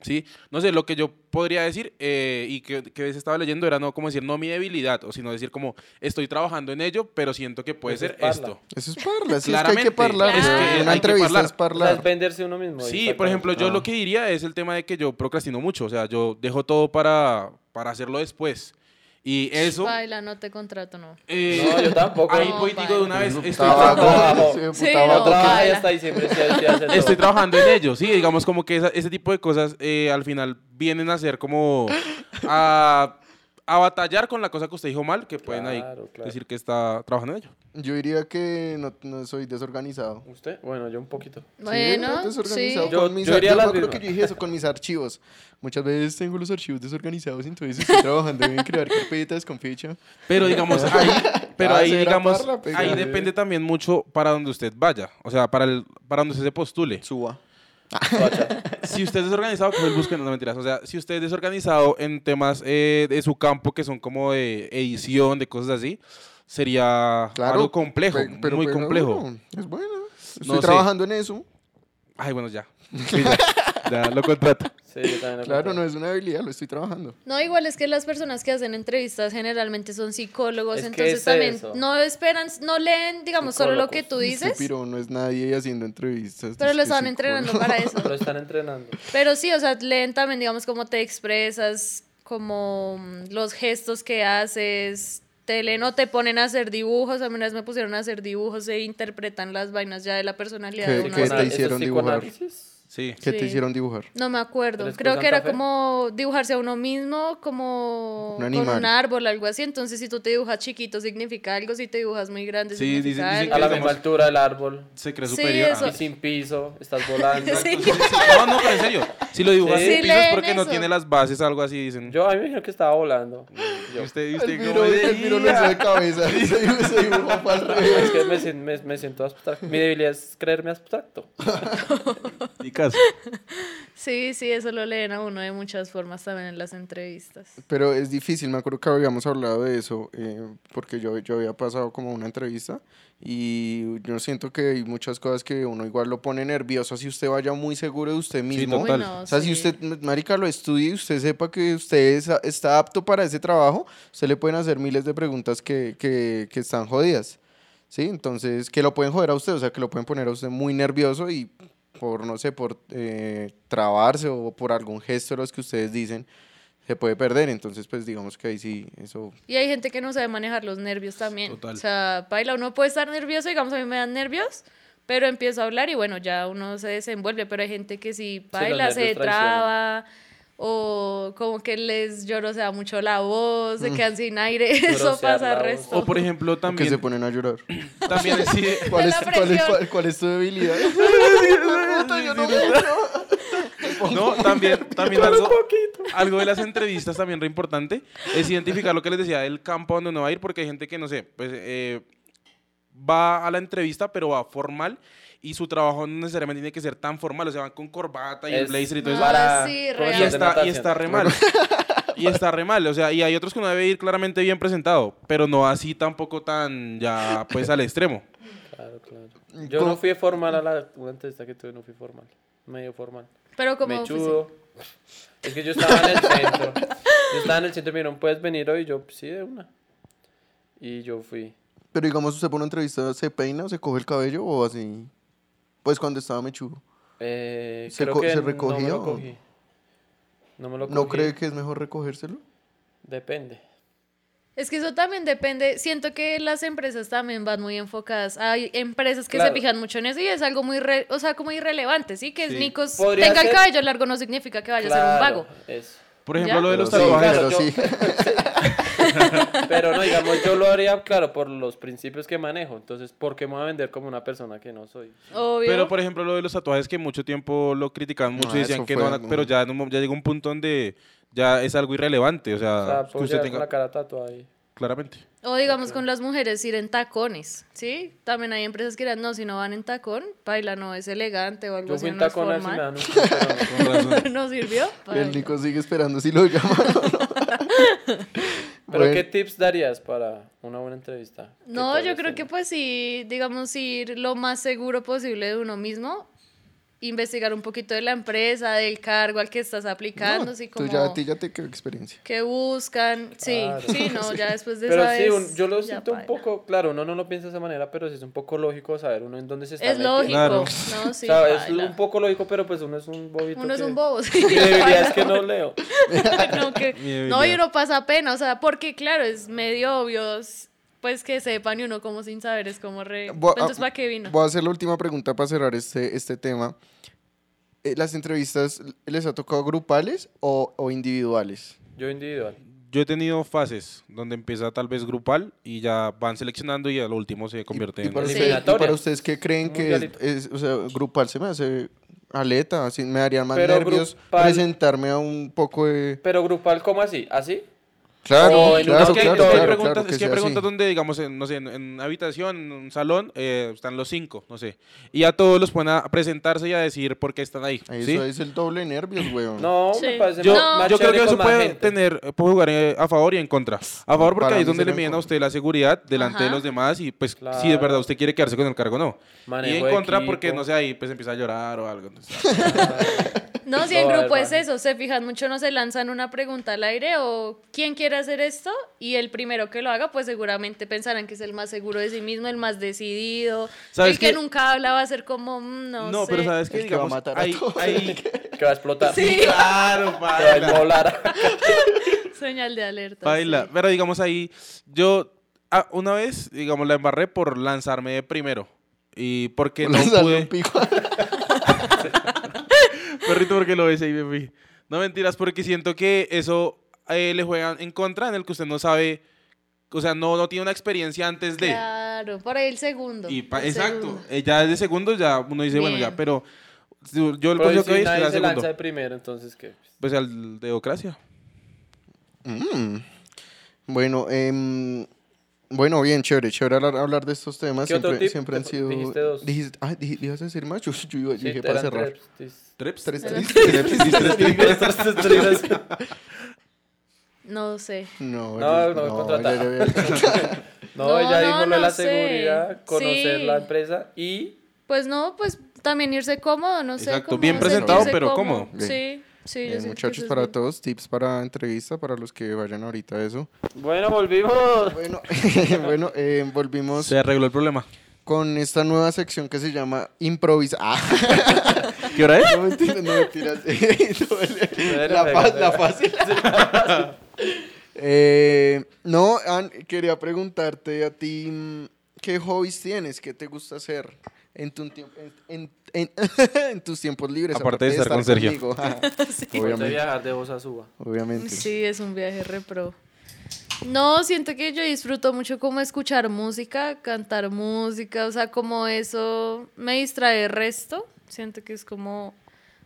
¿Sí? No sé, lo que yo podría decir eh, y que, que a veces estaba leyendo era no como decir no mi debilidad, o sino decir como estoy trabajando en ello, pero siento que puede Eso es ser parla. esto. Eso es parla, sí, es que hay Claramente. que parlar. ¿no? Es que En hay una que entrevista es parlar. O sea, parlar. es venderse uno mismo. Sí, por ejemplo, yo lo que diría es el tema de que yo procrastino mucho, o sea, yo dejo todo para, para hacerlo después. Y eso... Baila, no te contrato, no. eh, No, yo tampoco. Ahí No, voy, digo de baila. una vez, estoy, Tabaco, Tabaco. sí, Sí, tabaco. no. Otra Baila. hasta diciembre sí, sí hace todo. estoy trabajando en ello, sí, digamos como que esa- ese tipo de cosas eh, al final vienen a ser como a, a batallar con la cosa que usted dijo mal, que pueden ahí Claro, claro. decir que está trabajando en ello. Yo diría que no, no soy desorganizado. ¿Usted? Bueno, yo un poquito. Bueno, sí. desorganizado. Yo- Con mis yo ar- diría yo me las acuerdo que mismas. yo dije eso con mis archivos. Muchas veces tengo los archivos desorganizados, entonces estoy trabajando en crear carpetas con fecha. Pero digamos, ahí, pero Ah, ahí será digamos, parla, pues, ahí ya. depende también mucho para donde usted vaya, o sea, para, el, para donde usted se postule. Suba. si usted es desorganizado, pues busquen, no mentiras. O sea, si usted es desorganizado en temas eh, de su campo que son como de edición, de cosas así, sería algo complejo, pe- pero- muy pero pues, complejo. bueno, es bueno. Estoy No sé. trabajando en eso. Ay, bueno, ya. Sí, ya. Ya, lo contrato. Sí, yo también lo Claro, no contrato. es una habilidad, lo estoy trabajando. No, igual es que las personas que hacen entrevistas generalmente son psicólogos, Es que entonces es también eso. no esperan, no leen, digamos, solo lo que tú Este dices, piro no es nadie haciendo entrevistas. pero es lo que estaban sí, entrenando como- para eso. Lo están entrenando. Pero sí, o sea, leen también, digamos, cómo te expresas, como mm, los gestos que haces, te leen o te ponen a hacer dibujos, a mí una vez me pusieron a hacer dibujos e interpretan las vainas ya de la personalidad de ¿Qué uno. te Psicoanal- ¿eso es hicieron dibujar? psicoanálisis? Sí. ¿Qué te Sí. hicieron dibujar? No me acuerdo. ¿Eres Creo pro que era Santa Fe? como dibujarse a uno mismo, como Un con animal. un árbol, algo así. Entonces, si tú te dibujas chiquito, significa algo. Si te dibujas muy grande, Sí, dicen- significa dicen A la algo. que- misma altura del árbol. Se cree Sí, superior. eso. Y sin piso, estás volando. Sí. Exacto, sí, sí. No, no, pero en serio. Si lo dibujas Sí. sin Sí, piso es leen porque no eso. tiene las bases, algo así dicen. Yo a mí me dijeron que estaba volando. Y Yo, usted, y usted El como piro, de- el piro lo hizo de cabeza. Se se dibujó para el revés. es que me, sien- me- me siento abstracto. Mi debilidad es creerme abstracto. Chicas, Sí, sí, eso lo leen a uno de muchas formas también en las entrevistas. Pero es difícil, me acuerdo que habíamos hablado de eso, eh, porque yo, yo había pasado como una entrevista y yo siento que hay muchas cosas que uno igual lo pone nervioso si usted vaya muy seguro de usted mismo. total. no, O sea, Ah, sí. si usted, marica, lo estudie y usted sepa que usted es- está apto para ese trabajo, usted le pueden hacer miles de preguntas que, que, que están jodidas, ¿sí? Entonces, que lo pueden joder a usted, o sea, que lo pueden poner a usted muy nervioso y por, no sé, por eh, trabarse o por algún gesto de los que ustedes dicen, se puede perder. Entonces, pues, digamos que ahí sí, eso... Y hay gente que no sabe manejar los nervios también. Total. O sea, baila, uno puede estar nervioso, digamos, a mí me dan nervios, pero empiezo a hablar y bueno, ya uno se desenvuelve, pero hay gente que sí los baila, se nervios traba o como que les lloro, se da mucho la voz, se quedan sin aire, eso Grosear pasa Mm. la voz. resto. o por ejemplo, o Que se también. ponen a llorar. También sí. ¿Cuál la es, cuál, es, presión. cuál- cuál es tu debilidad? No, también, también algo, algo de las entrevistas también re importante es identificar lo que les decía del campo donde uno va a ir, porque hay gente que, no sé, pues eh, va a la entrevista, pero va formal y su trabajo no necesariamente tiene que ser tan formal, o sea, van con corbata y el Es blazer y todo No, eso. para- sí, Y real. profesor de está, y natación. está re mal. Y está re mal, o sea, y hay otros que uno debe ir claramente bien presentado, pero no así tampoco tan ya pues al extremo. Claro, claro. Yo no fui formal a la una entrevista que tuve, no fui formal. Medio formal. Pero como pues, Mechudo. Es que yo estaba en el centro. Yo estaba en el centro y me dijeron, ¿puedes venir hoy? Yo, sí, de una. Y yo fui. Pero digamos, usted por una entrevista se peina o se coge el cabello o así. Pues cuando estaba mechudo. Eh, ¿Se creo co- que se No me recogió? lo cogí. No me lo cogí. ¿No cree que es mejor recogérselo? Depende. Es que eso también depende. Siento que las empresas también van muy enfocadas. Hay empresas que Claro. se fijan mucho en eso y es algo muy, re- o sea, como irrelevante, ¿sí? Que Sí. Nicos Podría tenga el ser- cabello largo no significa que vaya a ser un vago. Eso. Por ejemplo, ¿Ya? lo de Pero los sí, tatuajes. pero Claro, sí. Pero no, digamos, yo lo haría, claro, por los principios que manejo. Entonces, ¿por qué me voy a vender como una persona que no soy? Obvio. Pero por ejemplo, lo de los tatuajes que mucho tiempo lo criticaban mucho Ah, y decían eso que no fue van a- algo- pero ya, en un mo- ya llegó un punto donde ya es algo irrelevante, o sea, O Ah, sea, pues que puedo usted llegar tenga con la cara tatuada ahí. claramente. O digamos con las mujeres ir en tacones, ¿sí? También hay empresas que dirán, no, si no van en tacón, baila, no es elegante o algo Yo así. fui en no es tacones y me dan formal. un pero no. Con razón. ¿No sirvió? El Paila. Nico sigue esperando si lo llaman. Pero Bueno. ¿qué tips darías para una buena entrevista? ¿Qué No, yo podrías creo que tener? pues sí, digamos, ir lo más seguro posible de uno mismo, investigar un poquito de la empresa, del cargo al que estás aplicando, así como Tú ya, a ti ya te quedó experiencia. que buscan. Sí, Claro. sí, no, ya después de Pero esa sí, vez, un- yo lo ya siento un paila. poco, claro, uno no lo piensa de esa manera, pero sí es un poco lógico saber uno en dónde se está Es metiendo. lógico, Claro. ¿no? Sí, o sea, es paila. un poco lógico, pero pues uno es un bobito. Uno es que- un bobo, sí. Y debería es que no leo. no, que- Mi no, y debilidad. uno pasa pena, o sea, porque claro, es medio obvio, s- pues que sepan y uno como sin saber es como re... "Pues, Voy a- Entonces, ¿para qué vino? Voy a hacer la última pregunta para cerrar este, este tema. Eh, ¿Las entrevistas les ha tocado grupales o, o individuales? Yo individual. Yo he tenido fases donde empieza tal vez grupal y ya van seleccionando y al último se convierte Y en para, Sí. ustedes, y Eliminatorias. para ustedes qué creen que es, Mundialito. es- o sea, grupal se me hace aleta, así me daría más Pero nervios grupal- presentarme a un poco de... Pero grupal, ¿cómo así? ¿Así? Claro, O en un claro, es que, hay- claro, es que hay claro, preguntas, claro que es que sea hay así. preguntas donde, digamos, en, no sé, en, en una habitación, en un salón, eh, están los cinco, no sé. Y a todos los ponen a presentarse y a decir por qué están ahí. Ahí ¿sí? Eso es el doble nervios, weón. No, Sí. me parece Yo, más, más yo creo chévere que con eso más puede gente. tener, eh, puede jugar eh, a favor y en contra. A favor porque Para ahí mí es donde sería le en miden a contra. usted la seguridad delante de Ajá. los demás y pues si de Claro. verdad usted quiere quedarse con el cargo o no. y Manejo en de contra equipo. porque, no sé, ahí pues empieza a llorar o algo. entonces, No, si en No, grupo es hermano. eso, se fijan mucho, no se lanzan una pregunta al aire o quién quiere hacer esto y el primero que lo haga, pues seguramente pensarán que es el más seguro de sí mismo, el más decidido, ¿Sabes el que qué? nunca habla va a ser como, mm, no, no, sé. pero sabes qué? El que va a digamos, matar a ahí, todos. ahí- Que va a explotar. Sí. claro, Que va a paila. volar. Señal de alerta. Baila. sí. Pero digamos ahí, yo ah, una vez, digamos, la embarré por lanzarme de primero. Y porque no Lanzarle un pude. pico. Perrito, porque lo ves ahí, me fui. No mentiras, porque siento que eso eh, le juegan en contra, en el que usted no sabe. O sea, no, no tiene una experiencia antes de. Claro, por ahí el segundo. Y pa- el exacto. segundo. eh, ya de segundo ya uno dice, bueno, Bien. ya, pero. su- Yo el Pero consejo si que doy es que nadie era se lanza segundo. de primero, entonces ¿qué? Pues al deocracia. Mm. Bueno, em, bueno, bien, chévere, chévere hablar, hablar de estos temas. ¿Qué otro Siempre, tip? siempre han Te- sido. dijiste dos. Dijiste- ah, di- ¿ibas a decir más? Yo, yo iba- yo Sí, dije eran para cerrar. tres, tres. Treps. Tres, Eran tres, tres, tres, tres, tres. Tres, tres. No sé. No, No, yo- no me yo contrataron. le había contratado. No, No, ella no, dijo lo de no la sé. seguridad, conocer Sí. la empresa y Pues no, pues también irse cómodo, no sé. Exacto, como bien presentado, sentirse pero cómodo. Bien. Sí, sí. yo Bien, siento que eso muchachos, es para bien. todos, tips para entrevista, para los que vayan ahorita a eso. Bueno, volvimos. Bueno, bueno eh, volvimos Se arregló el problema. con esta nueva sección que se llama Improvisa. Ah, ¿Qué hora es? no mentiras, no mentiras. Bueno, la, venga, faz- la venga. fácil. Eh, no, Ann, quería preguntarte a ti, mm, ¿qué hobbies tienes? ¿Qué te gusta hacer en, tu tiemp- en, en- en- en tus tiempos libres? Aparte de estar con Sergio. conmigo? Ajá, Voy a Obviamente. viajar de voz a suba. Obviamente. Sí, es un viaje repro. No, siento que yo disfruto mucho como escuchar música, cantar música, o sea, como eso me distrae el resto. Siento que es como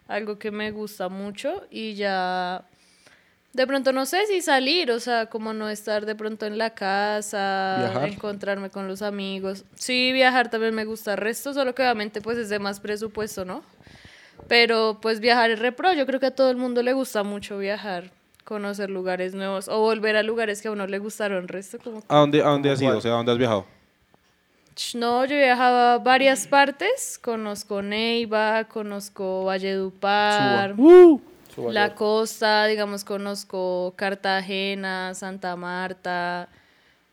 algo que me gusta mucho y ya de pronto no sé si salir, o sea, como no estar de pronto en la casa, Viajar. encontrarme con los amigos. Sí, viajar también me gusta el resto, solo que obviamente pues es de más presupuesto, ¿no? Pero pues viajar es repro, yo creo que a todo el mundo le gusta mucho viajar, conocer lugares nuevos o volver a lugares que a uno le gustaron, resto como ¿A dónde, a dónde has ido? O sea, ¿a dónde has viajado? Ch, No, yo he viajado a varias partes, conozco Neiva, conozco Valledupar, Suba la yo. costa, digamos, conozco Cartagena, Santa Marta,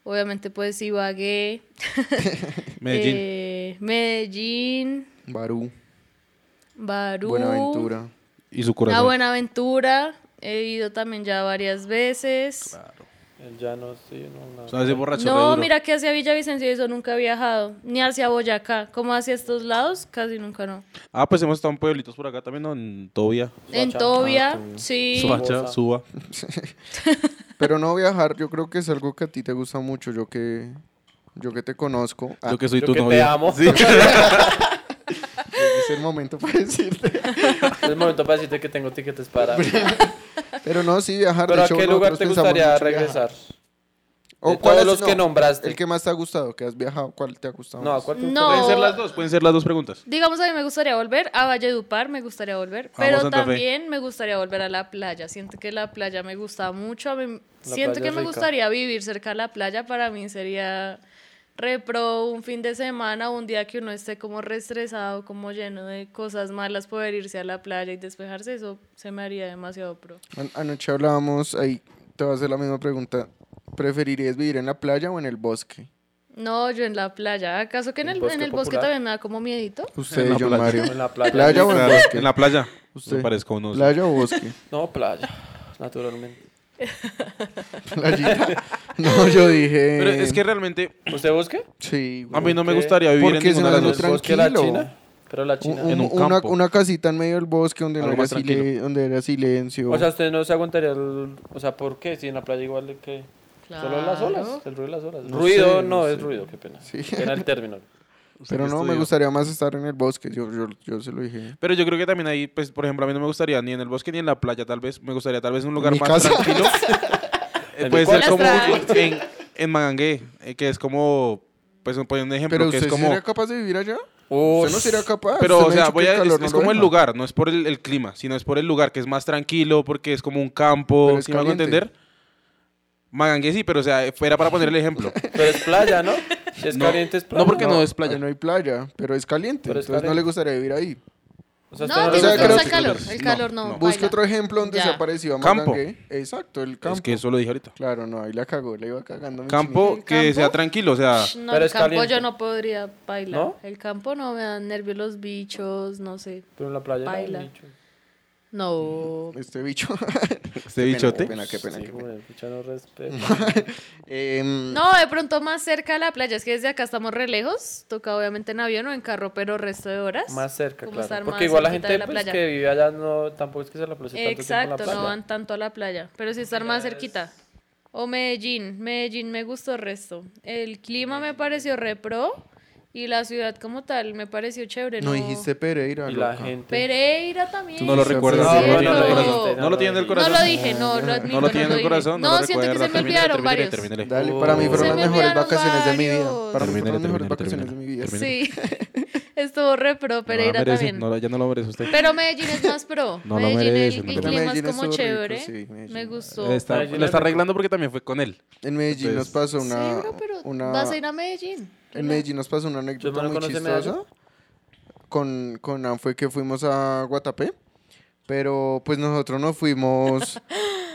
obviamente pues Ibagué, Medellín. eh, Medellín, Barú, Barú, Buenaventura. Y su a corazón. Buenaventura, he ido también ya varias veces. El llano, sí, no, nada. O sea, ese borracho re No, duro. mira que hacia Villavicencio eso nunca he viajado, ni hacia Boyacá, como hacia estos lados, casi nunca no. Ah, pues hemos estado en pueblitos por acá también, ¿no? En Tobia. En Suacha. Tobia, Ah, Tobia. sí. Suacha, Bosa. Suba. Pero no viajar, yo creo que es algo que a ti te gusta mucho, yo que, yo que te conozco. Ah, Yo que soy Yo tu que te novia. amo. Es el momento para decirte. Es el momento para decirte que tengo tiquetes para. Pero no, sí, viajar. Pero de ¿a hecho, qué lugar nosotros te pensamos gustaría mucho viajar. regresar? ¿O De cuál todos es- los que nombraste. El que más te ha gustado, que has viajado, ¿cuál te ha gustado? No, ¿a más? cuál te No. gustaría? Pueden ser las dos, pueden ser las dos preguntas. Digamos, a mí me gustaría volver a Valledupar, me gustaría volver, Ah, Vamos, pero Santa Fe. también me gustaría volver a la playa. Siento que la playa me gusta mucho, a mí- La siento playa que es me rica. gustaría vivir cerca de la playa, para mí sería repro un fin de semana, un día que uno esté como reestresado, como lleno de cosas malas, poder irse a la playa y despejarse, eso se me haría demasiado pro. An- anoche hablábamos, ahí te voy a hacer la misma pregunta. ¿Preferirías vivir en la playa o en el bosque? No, yo en la playa. ¿Acaso que en El el, bosque en el bosque popular. también me da como miedito? Usted, En la John playa. Mario. En la playa. ¿Playa o en el bosque? En la playa. Usted. Me parezco uno. ¿Playa o bosque? No, playa, naturalmente. ¿Playita? No, yo dije... Pero es que realmente ¿Usted busque? Sí, güey. a mí no me ¿Qué? gustaría vivir Porque en se ninguna de me las hace dos. tra- la tranquilo. China? Pero la China. Un- en un un- una, campo. una casita en medio del bosque donde, no Algo era, más tranquilo. sile- donde era silencio. O sea, usted no se aguantaría el... O sea, ¿por qué? Si en la playa igual de que... Solo las olas, el ruido de las olas. No ruido sé, no, no es sé. ruido, qué pena. Sí. Era el término. Pero que no, me estudió. gustaría más estar en el bosque. Yo, yo, yo se lo dije. Pero yo creo que también ahí, pues, por ejemplo, a mí no me gustaría ni en el bosque ni en la playa, tal vez. Me gustaría tal vez en un lugar Mi más casa. tranquilo. Eh, En Puede mi ser cuarto. como Las en, en Magangué, eh, que es como, pues poniendo un ejemplo, Pero usted que es sí como... Oh, sería capaz de vivir allá. Uy, Usted no sería capaz. Pero, Usted me o ha sea, dicho que voy a- calor es, no es lo como el deja. lugar, no es por el, el clima, sino es por el lugar, que es más tranquilo, porque es como un campo, Pero es ¿sí me hago caliente. entender? Magangué sí, pero o sea, fuera para poner el ejemplo. Pero es playa, ¿no? Si es No, caliente es playa. no, porque no es Ahí playa. no hay playa, pero es caliente. Pero es entonces no le caliente. gustaría vivir ahí. O sea, No, usted no le o sea, gusta. creo- el calor, el calor no, no. Busque baila. otro ejemplo donde Ya. se ha parecido a Campo. Magangué. Exacto, el campo. Es que eso lo dije ahorita. Claro, no, ahí la cagó, le iba cagando. a mi Campo ¿El que campo? sea tranquilo, o sea, Sh, No, Pero el es campo caliente. yo no podría bailar. ¿No? El campo no me dan nervios los bichos, no sé. Pero en la playa. no hay Baila. bicho. No. chinito. Este bicho. este Qué pena, bichote. Qué pena, Ah, qué pena. Sí, qué pena. como el bicho no respeta. Em, No, de pronto más cerca a la playa, es que desde acá estamos re lejos, toca obviamente en avión o en carro, pero resto de horas. Más cerca, Como claro. estar Porque más igual la cerquita gente de la pues, playa. que vive allá no, tampoco es que se la aproveche tanto tiempo en Exacto, la playa. no van tanto a la playa, pero sí estar más cerquita. O Medellín, Medellín me gustó el resto. El clima me pareció re pro y la ciudad como tal me pareció chévere. no dijiste Pereira. y la loca. gente. Pereira también. No lo Sí, recuerdas, sí, no, sí. lo tiene en el Cierto. corazón. No lo tiene en el No corazón. lo dije, no, lo admito. No lo tiene en el dije. corazón. No, lo siento que recuerda. se me Termínele, olvidaron termínele, varios. termínele. Dale, para mí fueron Se las me mejores olvidaron vacaciones de mi vida. varios. Para mí fueron las Termínale, mejores termínale, vacaciones de mi termínale. vida. Termínale. Sí, estuvo re pro, Pereira no, la merece, también. no la- ya no lo merece usted. Pero Medellín es más pro. No lo Medellín, el- merece, el, no lo merece. clima es Medellín como estuvo rico, chévere. sí, Medellín. me gustó. Está- Medellín lo es está rico. arreglando porque también fue con él. En Medellín Entonces- nos pasó Pues, Sí, una. bro, pero una- vas a ir a Medellín. En Medellín nos pasó una anécdota hermano muy conoce chistosa. Medallo? Con, con Ann fue que fuimos a Guatapé, pero pues nosotros nos fuimos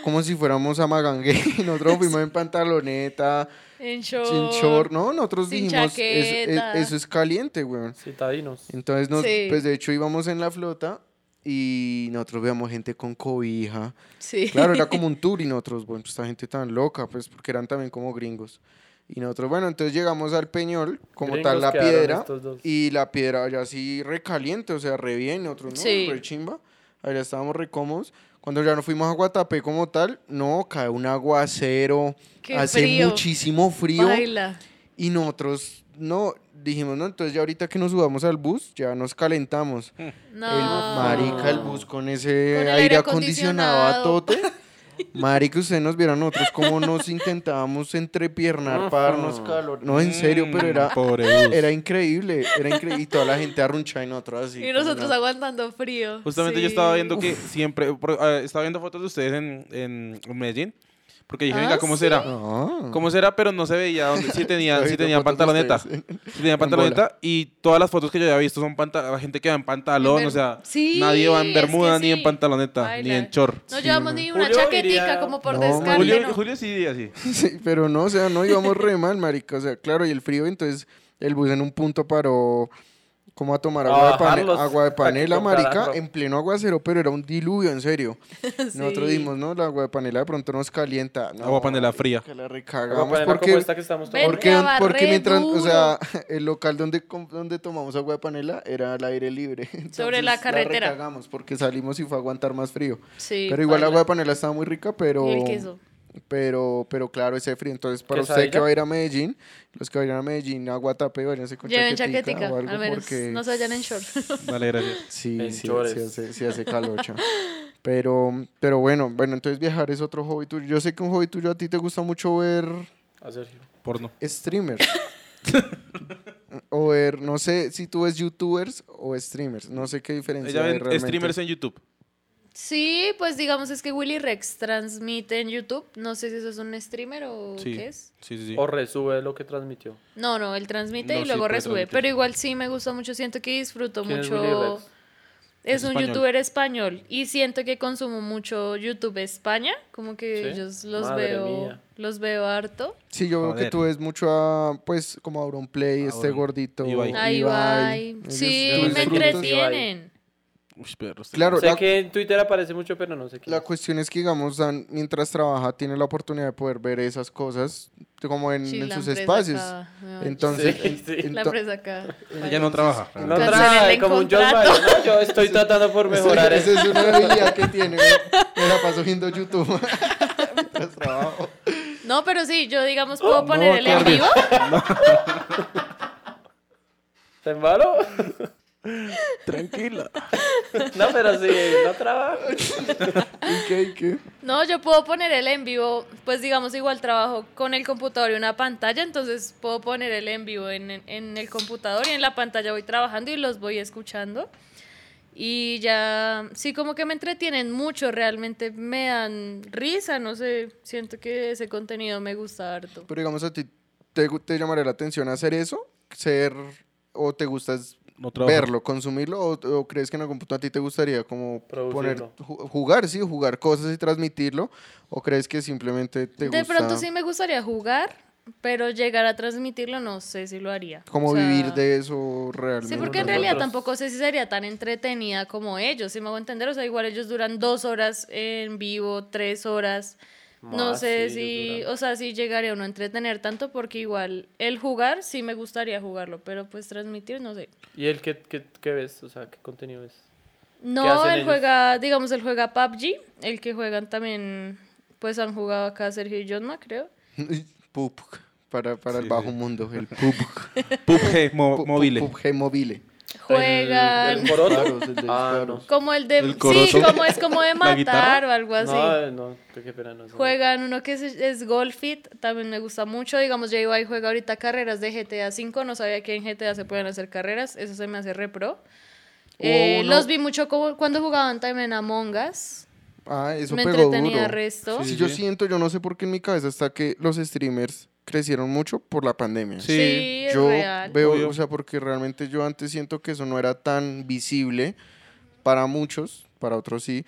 como si fuéramos a Magangue. Nosotros fuimos en pantaloneta, En sin short. short, ¿no? Nosotros sin dijimos, "Es- es- chaqueta". eso es caliente, weón. Citadinos. Entonces, nos, Sí. pues de hecho íbamos en la flota y nosotros veíamos gente con cobija. Sí. Claro, era como un tour y nosotros, bueno, pues, esta gente tan loca, pues porque eran también como gringos. Y nosotros, bueno, entonces llegamos al Peñol, como Gringos tal la quedaron piedra, estos dos. y la piedra allá así recaliente, o sea, re bien, nosotros no, Sí. re chimba. Allá estábamos re cómodos. Cuando ya nos fuimos a Guatapé como tal, no, cae un aguacero, Qué hace frío. muchísimo frío. Baila. Y nosotros, no, dijimos, no, entonces ya ahorita que nos subamos al bus, ya nos calentamos. Mm. No. El marica, el bus con ese Con el aire aire acondicionado a acondicionado. tote. Marica, ustedes nos vieron nosotros cómo nos intentábamos entrepiernar para darnos calor. No, en serio, pero era, Mm, Pobre bus. era increíble, era increíble. Y toda la gente arrunchada y nosotros así. Y nosotros como aguantando frío. Justamente Sí. yo estaba viendo que siempre, por- ah, estaba viendo fotos de ustedes en, en Medellín, porque dije, Ah, venga, ¿cómo sí. será? una- No. ¿Cómo será? Pero no se veía dónde. Sí tenía, Ahorita sí tenía fotos de pantaloneta. Sí ustedes. tenía pantaloneta. Y todas las fotos que yo había visto son panta- la gente que va en pantalón. En O sea, ver- Sí, nadie va en es que bermuda, ni sí. en pantaloneta, Baila. ni en short. No llevamos ni una Julio chaquetica diría- como por No, descarte. Julio, no. Julio sí diría así. Sí, pero no, o sea, no íbamos re mal, marica. O sea, claro, y el frío, entonces el bus en un punto paró como a tomar A agua, de, pane- bajarlos, agua de para que panela, marica, compraran en pleno aguacero, pero era un diluvio, en serio. Sí. Nosotros dijimos, no, la agua de panela de pronto nos calienta. No, Agua panela fría. Que la Como recagamos para la porque, compuesta que estamos Ven, tomando. porque, Entraba porque re mientras, o duro. sea, el local donde, com- donde tomamos agua de panela era al aire libre. Sobre la entonces carretera. La recagamos porque salimos y fue a aguantar más frío. Sí, pero igual la baila. agua de panela estaba muy rica, pero... Y el queso. Pero, pero claro, ese frío. Entonces, para usted que ¿Quesadilla? va a ir a Medellín, los que vayan a Medellín, a Guatapé, váyanse con Lleven chaquetica, chaquetica, o algo al menos. porque No se vayan en short. Dale, gracias. sí, En sí, chores. sí hace, sí hace calocha. pero, pero bueno, bueno, entonces viajar es otro hobby tuyo. Yo sé que un hobby tuyo a ti te gusta mucho ver A Sergio. Porno. streamers. o ver, no sé si tú ves youtubers o streamers. No sé qué diferencia Ella hay ve realmente. streamers en YouTube. Sí, pues digamos es que Willy Rex transmite en YouTube. No sé si eso es un streamer o Sí. qué es. Sí, sí, sí. O resube lo que transmitió. No, no, él transmite No, y sí luego puede resube. transmitir. Pero igual sí me gusta mucho. Siento que disfruto ¿Quién es mucho. Willy Rex? Es, Es un español. youtuber español y siento que consumo mucho YouTube España, como que ¿Sí? ellos los Madre veo, mía. los veo harto. Sí, yo veo que Joder. tú ves mucho a, pues, como a Auronplay, este Auron- gordito. Ibai. Ahí va. Ibai. Ellos- Sí, ellos me disfrutan. entretienen. Uy, este perros. Claro, sé la- que en Twitter aparece mucho, pero no sé qué. La cuestión es que, digamos, Dan, mientras trabaja, tiene la oportunidad de poder ver esas cosas como en, Sí, en la sus empresa espacios. acá, me va- Entonces, Sí, sí. en- la ento- empresa acá. Ella no trabaja. No Cancelen trae el como un John contrato. Mayer, ¿no? Yo estoy tratando por mejorar esa eso. es una habilidad que tiene. Me la paso viendo YouTube mientras trabajo. No, pero sí, yo digamos puedo Oh, No, poner el en Carmen. vivo. ¿Te embalo? Tranquila. No, pero si no trabajo. ¿Y qué? ¿Y qué? No, yo puedo poner el en vivo, pues digamos igual trabajo con el computador y una pantalla, entonces puedo poner el en vivo en, en- en el computador y en la pantalla voy trabajando y los voy escuchando. Y ya, sí, como que me entretienen mucho, realmente me dan risa, no sé, siento que ese contenido me gusta harto. Pero digamos a ti, ¿te, gu- te llamaría la atención hacer eso? ¿Ser o te gusta es No trabajo. verlo, consumirlo? O, o crees que en algún punto a ti te gustaría como poner, Producirlo. ju- jugar, sí, jugar cosas y transmitirlo? ¿O crees que simplemente te De gusta pronto sí me gustaría jugar, pero llegar a transmitirlo no sé si lo haría. como O sea, vivir de eso realmente? Sí, porque en realidad Nosotros- tampoco sé si sería tan entretenida como ellos, si me hago entender. O sea, igual ellos duran dos horas en vivo, tres horas. no Más, sé sí, ellos si, duran. o sea, si llegaría o no a entretener tanto, porque igual el jugar sí me gustaría jugarlo, pero pues transmitir, no sé. ¿Y el qué, qué, qué ves? O sea, ¿qué contenido ves? No, hacen él ellos? juega, digamos, él juega PUBG, el que juegan también, pues han jugado acá Sergio y Jonma, creo. Pupg, para, para el Sí, bajo sí. mundo, el PUBG. PUBG mo- Pu- pu- móvil. PUBG mobile. Juegan... El, el poroto. Disparos, el de ah, no. disparos. Como el de... El sí, corozo. como es como de ¿La guitarra? matar o algo así. eh. No, no, qué, qué pena, no sé. Juegan uno que es, es Golfit, también me gusta mucho. Digamos, yo iba y juega ahorita carreras de GTA V, no sabía que en GTA se pueden hacer carreras, eso se me hace re pro. Eh, uno- los vi mucho como- cuando jugaban también Among Us. Ah, eso Me pegó entretenía duro. resto. Si Sí, yo sí. siento, yo no sé por qué en mi cabeza está que los streamers crecieron mucho por la pandemia. Sí, es yo real. veo, Obvio. o sea, porque realmente yo antes siento que eso no era tan visible para muchos, para otros sí,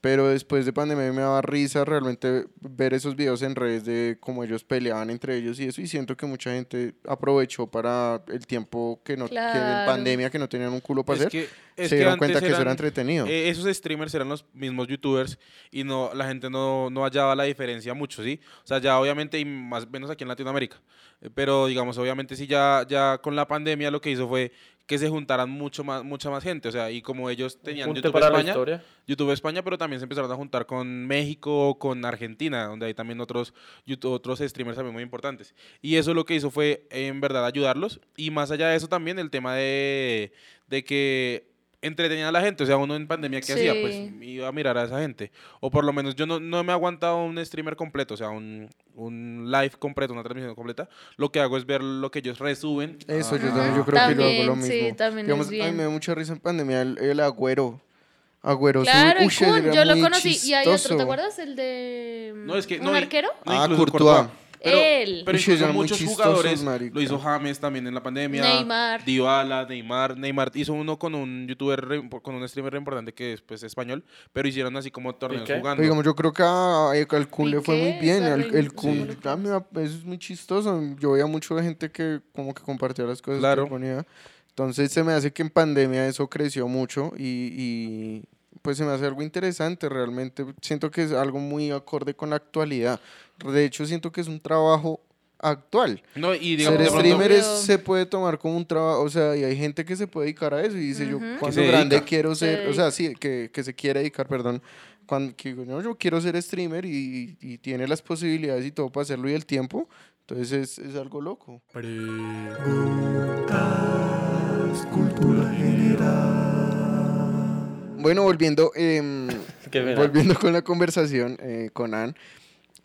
pero después de pandemia me daba risa realmente ver esos videos en redes de cómo ellos peleaban entre ellos y eso, y siento que mucha gente aprovechó para el tiempo que no, que en Claro. pandemia que no tenían un culo para Es hacer, que- se es que dieron antes cuenta que eso era eran- entretenido. Eh, esos streamers eran los mismos youtubers y no la gente no, no hallaba la diferencia mucho, ¿sí? O sea, ya obviamente, y más menos aquí en Latinoamérica. Eh, Pero digamos, obviamente sí, ya, ya con la pandemia lo que hizo fue que se juntaran mucho más, mucha más gente. O sea, y como ellos tenían Junte YouTube para la España, historia. YouTube España, pero también se empezaron a juntar con México, con Argentina, donde hay también otros, youtu- otros streamers también muy importantes. Y eso lo que hizo fue, en verdad, ayudarlos. Y más allá de eso también, el tema de, de que entretenían a la gente. O sea, uno en pandemia, ¿qué hacía? Pues Sí. iba a mirar a esa gente. O por lo menos yo no, no me he aguantado un streamer completo, o sea, un, un live completo, una transmisión completa. Lo que hago es ver lo que ellos resuben. Ah. Eso yo Ajá. también, yo creo que yo hago lo También, sí, mismo. también es Digamos, A bien. mí me da mucha risa en pandemia el, el agüero. Agüero. Claro, sí. el Ush, ese Kun, era yo lo muy conocí. Y hay otro, chistoso. ¿te acuerdas? El de... mm, No, es que, ¿Un no, y- arquero? no, Ah, incluso Courtois. Pero, Él. pero Uy, incluso eran muy muchos chistosos, jugadores marica. lo hizo James también en la pandemia. Neymar. Dybala, Neymar. Neymar hizo uno con un youtuber, re- con un streamer re importante que es pues, español, pero hicieron así como torneos ¿Piqué? jugando. Pero digamos, yo creo que a- a- al Kun le fue muy Piqué, bien. esa El, re- el Kun, sí. a mí me- eso es muy chistoso. Yo veía mucho de gente que como que compartía las cosas Claro. que ponía. Entonces se me hace que en pandemia eso creció mucho y, y, pues se me hace algo interesante realmente. Siento que es algo muy acorde con la actualidad. De hecho, siento que es un trabajo actual. no, y Ser digamos, de pronto- streamer es- Obvio. se puede tomar como un trabajo, o sea, y hay gente que se puede dedicar a eso y dice, Ujú. yo Que cuando se grande dedica. quiero Se ser, o sea, sí, que, que se quiere dedicar, perdón, cuando que digo, no, yo quiero ser streamer y, y tiene las posibilidades y todo para hacerlo y el tiempo, entonces es, es algo loco. Bueno, volviendo, em, Qué pena. volviendo con la conversación eh, con Ann.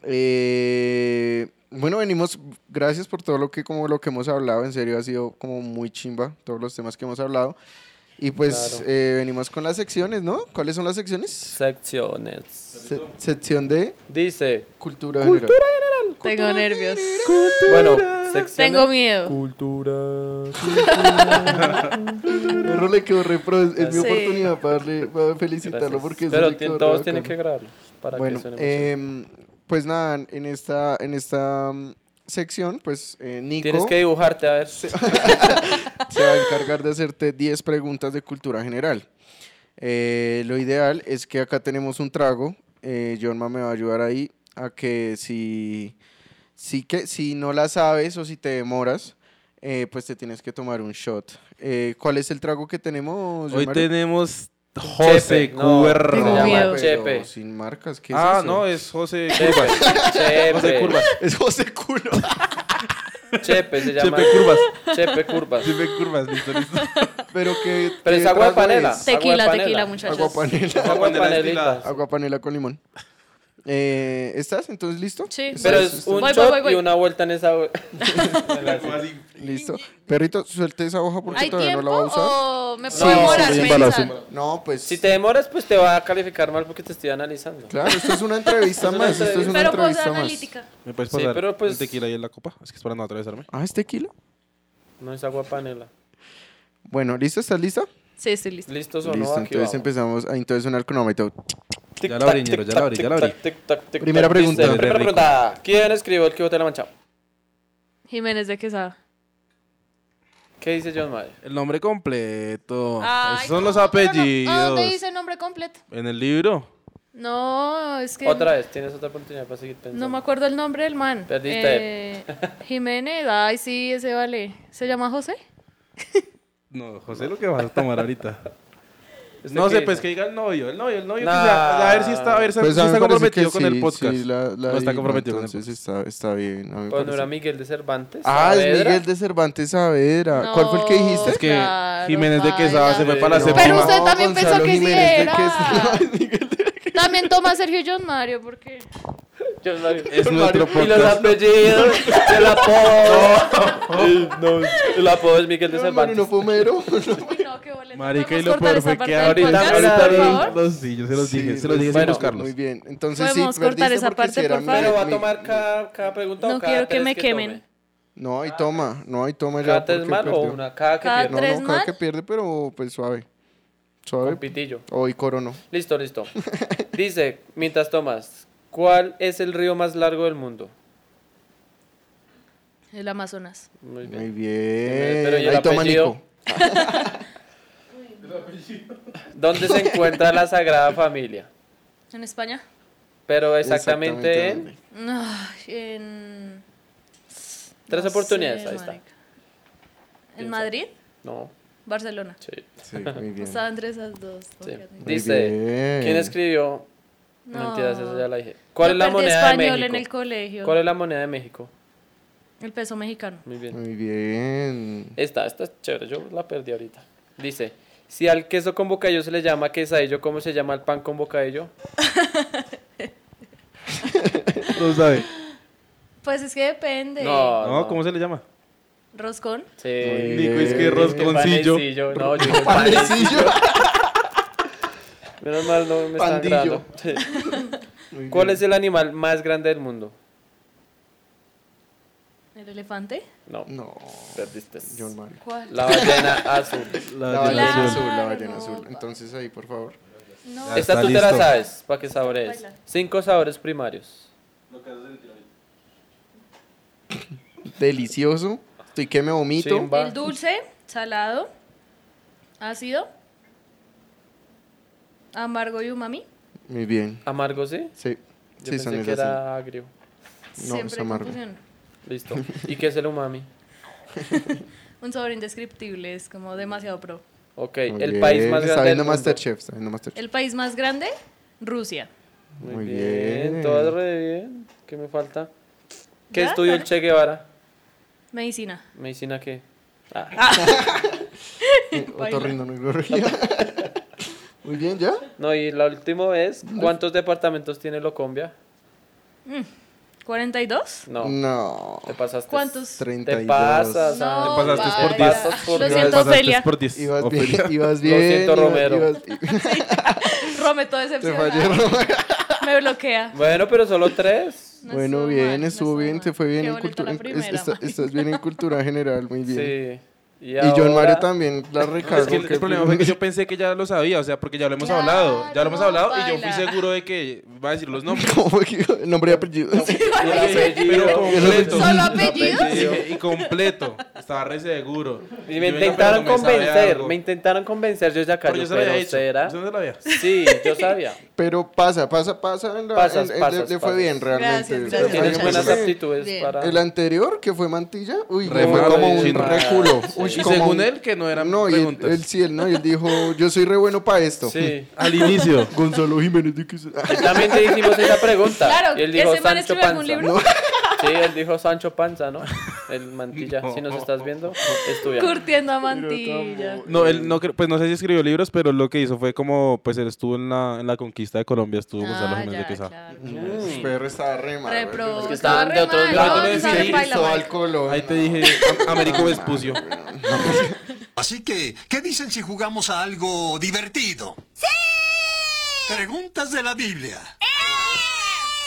eh, bueno, venimos, gracias por todo lo que, como lo que hemos hablado, en serio ha sido como muy chimba todos los temas que hemos hablado. Y pues Claro. eh, venimos con las secciones, ¿no? ¿Cuáles son las secciones? Secciones. Se- sección de Dice. cultura. Cultura. Tengo nervios. Bueno, secciones. Tengo miedo. Cultura. Perro le quedó re pro, es, es mi Sí. oportunidad para, darle- para felicitarlo Gracias. porque eso Pero le tien- quedó re todos tienen bacano. que grabarlo para bueno, que suene mucho. em, pues nada, en esta, en esta mm, sección, pues eh, Nico Tienes que dibujarte a ver. se va a encargar de hacerte 10 preguntas de cultura general. Eh, lo ideal es que acá tenemos un trago. Eh, Jonma me va a ayudar ahí a que si, si, que, si no la sabes o si te demoras, eh, pues te tienes que tomar un shot. Eh, ¿Cuál es el trago que tenemos? Hoy Jonmario? tenemos José Chepe, no. Cuerro. Tengo miedo. pero Chepe. Sin marcas, ¿qué es Ah, eso? no, es José Chepe, Curvas. José chepe. Curvas. Es José Culo. Chepe se llama. Chepe Curvas. Chepe Curvas. Chepe Curvas, listo, listo. Pero que. Pero es agua de panela. Agua de Tequila, panela. tequila, Agua muchachos. panela. Agua Panela panelita. destilada. Agua panela con limón. Eh, ¿Estás entonces listo? Sí. ¿Estás? Pero es un Voy, voy, shot voy, voy. y una vuelta en esa. Así. Listo. Perrito, suelte esa hoja porque ¿Hay todavía tiempo no la va a usar. o me puedo demorar? sí, sí. pensando? No, pues. Si te demoras, pues te va a calificar mal porque te estoy analizando. Claro, esto es una entrevista una más. Esto es una Pero entrevista cosa más. analítica. ¿Me puedes Sí, pasar pero pues- el tequila ahí en la copa? Es que es para no atravesarme. Ah, ¿es tequila? No es agua panela. Bueno, ¿listo? ¿Estás lista? Sí, estoy listo. ¿Listos o no? Listo, Aquí entonces vamos. empezamos a entonces sonar con Pues, aumentado. Tic, Ya la tac, abrí, ñero, tic, ya la tac, abrí, ya tic, la abrí. tac, tic, tac, tic, Primera tac, dice, pregunta. Primera Rico. pregunta. ¿Quién escribió el Quijote de la Mancha? Jiménez de Quesada. ¿Qué dice John Mayer? El nombre completo. Ay, Esos son los ¿cómo? Pero no- apellidos. ¿A dónde dice nombre completo? En el libro. No, es que. Otra vez, tienes otra oportunidad para seguir pensando. No me acuerdo el nombre del man. Perdiste. Eh, Jiménez, ay, sí, ese vale. ¿Se llama José? No, José, lo que vas a tomar ahorita. ¿Usted ¿Este No qué sé, dice? pues que diga el novio, el novio, el novio. que Nah. sea- a ver si está, a ver si Pues si a mí está me parece que comprometido con sí, el podcast. sí, la- la no está digo, comprometido con el Entonces podcast. está, está bien. a mí me Bueno, parece. era Miguel de Cervantes. Ah, es Saavedra. Miguel de Cervantes Saavedra. ¿Cuál fue el que No, dijiste? Es que Claro, Jiménez de baila. Quesada se fue para la No. séptima. Pero usted también Gonzalo pensó que sí Jiménez de era. Quesada. También toma Sergio John Mario, porque. John Mayer. Es nuestro Y los podcast. apellidos, el apodo. El- no, el apodo es Miguel de No, Mario, Cervantes. no fumero. Uy, no, qué boleta. Marica, y ¿Podemos lo cortar peor esa fue parte que del ahorita, podcast, ahorita por vi favor? los sí, yo se los dije, Sí, se los pues, dije sin bueno, buscarlos. Muy bien. Entonces, Podemos sí, cortar perdiste esa porque parte, si era por favor. Pero va a mi- tomar cada, cada pregunta. o No cada quiero que tres me quemen. tome. No, y toma. No, y toma ya. Cada tres porque mal o perdió. una. Cada que Cada pierda. No, ¿Tres no, cada mal? que pierde, pero pues suave. Con Suave. pitillo. Hoy corono. Listo, listo. Dice, mientras tomas, ¿cuál es el río más largo del mundo? El Amazonas. Muy bien. Muy Pero ¿y bien. el Ahí toma apellido? Nico. ¿Dónde se encuentra la Sagrada Familia? ¿En España? Pero exactamente, dónde. en... Ay, en. Tres no oportunidades, sé, ahí está. marica. ¿En Madrid? No, Barcelona. sí. Sí, muy bien. Estaba entre esas dos. sí. porque- Muy Dice, bien. ¿quién escribió? No. No. Mentiras, eso ya la dije. ¿Cuál Yo es la perdí moneda de español en el México? colegio. ¿Cuál es la moneda de México? El peso mexicano. Muy bien. Muy bien. Esta, esta es chévere, yo la perdí ahorita. Dice, si al queso con bocadillo se le llama quesadillo, ¿cómo se llama al pan con bocadillo? Tú sabes. Pues es que depende. No, No, ¿cómo se le llama? Roscón. Sí. Nico, es que Eh, rosconcillo. Panecillo, No, yo dije panecillo. Menos mal no me están Pandillo. grabando. Sí. ¿Cuál es el animal más grande del mundo? El elefante. No, No, perdiste. John Mario. ¿Cuál? La ballena azul. La La de la ballena Claro, azul, la ballena no, azul. pa- Entonces ahí, por favor. No. Ya Esta está tú te la listo. sabes, para que sabores. Baila. Cinco sabores primarios. Delicioso. Estoy que me vomito. Chimba. El dulce, salado, ácido, amargo y umami. Muy bien. ¿Amargo sí? Sí, Yo sí, pensé son que esas. sí. era agrio. Siempre es amargo. confusión. Listo. ¿Y qué es el umami? Un sabor indescriptible, es como demasiado pro. Ok, Muy el bien. país más Está grande del viendo mundo. Masterchef, está viendo Masterchef. El país más grande, Rusia. Muy, Muy bien. bien. todo re bien. ¿Qué me falta? ¿Qué Ya, estudió el dale. Che Guevara? Medicina. ¿Medicina qué? Ah. Otorrinolaringología. Eh, Muy bien, ¿ya? No, y la última es, ¿cuántos departamentos tiene Locombia? 42. No, Mm. No. te pasaste. ¿Cuántos? 32. Te pasas. No, Ana. pasaste por vaya. 10. Pasas por Lo diez. siento, Pasaste Ofelia. por 10. Ibas bien, Ofelia. ibas bien. siento, ibas- Romero. ibas- Rometo te decepcionada. fallé, Romero. Me bloquea. Bueno, pero solo tres. No Bueno, estuvo bien, mal, no estuvo bien, mal. te fue bien Qué en boleta cultura. la en- es- primera. está- estás bien en cultura general, muy bien. Sí. Y, Y John Mario ahora- también la No, recargó. es que el, el problema fue que yo pensé que ya lo sabía, o sea, porque ya lo hemos hablado, ya lo hemos Claro, hablado y yo fui baila. seguro de que va a decir los nombres. ¿Cómo fue que- el nombre y apellido? Y el apellido. Pero completo. ¿Solo apellidos? Apellido Y completo. Estaba re seguro. Y me intentaron convencer, me intentaron. intentaron convencer, yo ya Pero cayó, yo se lo pero había hecho. será. Yo no se lo había. Sí, yo sabía. Pero pasa, pasa, pasa. en la- Pasas, en- en- le- pasas, le fue pasas. bien realmente. Gracias, Pero gracias, Ay, tienes yo muchachos. buenas pensé- aptitudes Bien. para. El anterior, que fue Mantilla, uy, Re fue malo, como sí, un no. reculo. Sí. Uy, Y como según un- él, que no eran No, y él, preguntas. él sí, él no, y él dijo, yo soy re bueno para esto. Sí. Al inicio. Gonzalo Jiménez de Quesada. También te hicimos esa pregunta. Claro, y él dijo ¿ese man Sancho escribe algún Panza. libro? Sí, él dijo Sancho Panza, ¿no? el mantilla. Si nos No. estás viendo, estudia. Curtiendo a mantilla. No, él no, cre- pues no sé si escribió libros, pero lo que hizo fue como, pues él estuvo en la, en la conquista de Colombia, estuvo Gonzalo Ah, Jiménez de ya, Quesada. claro. Uy, perro estaba re mal. Repro. güey. que estaban de otros Re mal, lados. no, Es sabe, que baila mal. Cristóbal Colón. Ahí te dije, Am- Américo Vespucio. Así que, ¿qué dicen si jugamos a algo divertido? ¡Sí! Preguntas de la Biblia.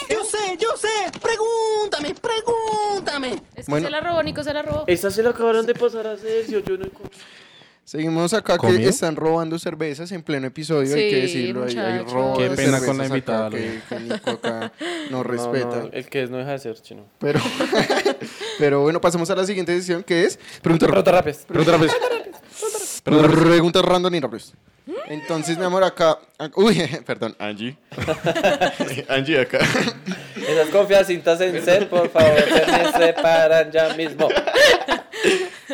Yo sé, yo sé. Pregúntame, pregúntame. Es que Bueno. se la robó, Nico se la robó. Esta se la acabaron de pasar a Sergio. Yo no encuentro. Seguimos acá que ¿Comió? están robando cervezas en pleno episodio, hay Sí, que decirlo. Hay, hay muchachos. robo Qué de pena con cervezas la acá invitada, que, Lorena. que Nico acá no No, no, respeta. el que es no deja de ser chino. Pero, pero bueno, pasemos a la siguiente decisión que es preguntas Pero te rapes. Pero otra vez. Preguntas random y rápidas. Entonces, mi amor, acá. ac- Uy, perdón, Angie. Angie acá. Esas confiancitas en set, por favor, se separan ya mismo.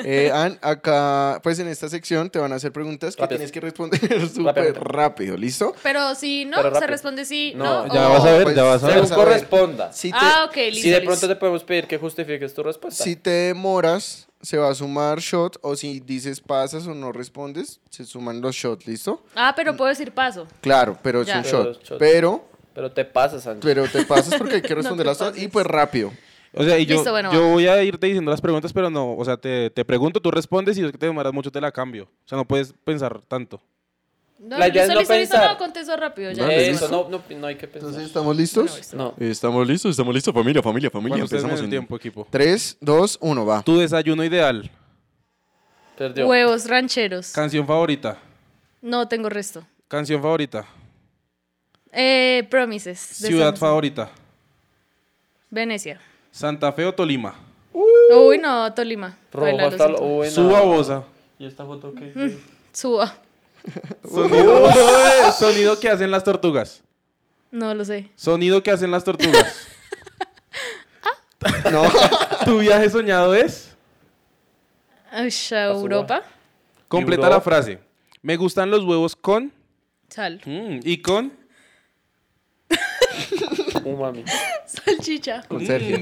Eh, Ann, acá, pues en esta sección te van a hacer preguntas que Rápido. tienes que responder súper Rápido. rápido, ¿listo? Oh, pues, Pero si no, Pero se rápido. responde sí, no. No, ya o- vas a ver, ya vas a Según ver. a ver. corresponda. Si te, Ah, ok, listo. Si de listo. pronto te podemos pedir que justifiques tu respuesta. si te demoras, se va a sumar shot o si dices pasas o no respondes, se suman los shots, ¿listo? Ah, pero puedo decir paso. Claro, pero es Ya. un Pero shot. shot. Pero, Pero te pasas, Sánchez. pero te pasas porque hay que responder las dos y pues rápido. O sea, y yo, Listo, bueno, yo va. voy a irte diciendo las preguntas, pero no, o sea, te, te pregunto, tú respondes y si es que te demoras mucho te la cambio. O sea, no puedes pensar tanto. No, La idea es listo, no listo, listo, pensar. no, contesto rápido. Ya. Dale, listo. Eh, Eso, no, no, no hay que pensar. Entonces, ¿estamos listos? no. Estamos listos, estamos listos, familia, familia, Bueno, ustedes me den el tiempo, equipo. 3, 2, 1, va. Tu desayuno ideal, Perdió. Huevos rancheros. canción favorita, No tengo resto. canción favorita, Eh, promises. de ciudad Samsung. favorita, Venecia. Santa Fe o Tolima, Uy, no, Tolima. Rojo Baila, lo hasta lo. uh. siento. Uy, no. Suba o Bosa. ¿Y esta foto qué? Suba. Sonido, sonido que hacen las tortugas. No lo sé. Sonido que hacen las tortugas. No. ¿Tu viaje soñado es? Ay, a Europa. Completa Europa. la frase. Me gustan los huevos con... Sal. Mm, y con... Umami. Salchicha. Mm. Con Sergio.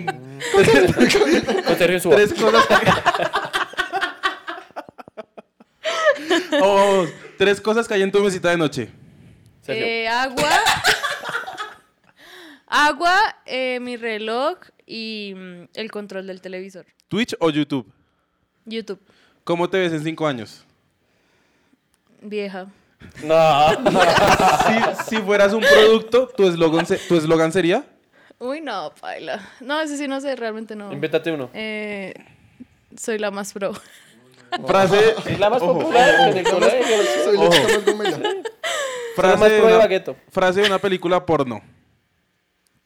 Con Sergio Suba. Tres cosas... Vamos, Oh, vamos. Tres cosas que hay en tu mesita de noche. Sergio. Eh, agua. agua, eh, mi reloj y mm, el control del televisor. ¿Twitch o YouTube? YouTube. ¿Cómo te ves en cinco años? Vieja. No, no. Si, si fueras un producto, ¿tu eslogan se- tu eslogan sería? Uy, no, paila. No, ese sí no sé, realmente no. Invéntate uno. Eh, soy la más pro. Frase... Es la más popular en el colegio. Soy la chica más gomela. Frase más Frase de pro de una- bagueto. frase de una película porno.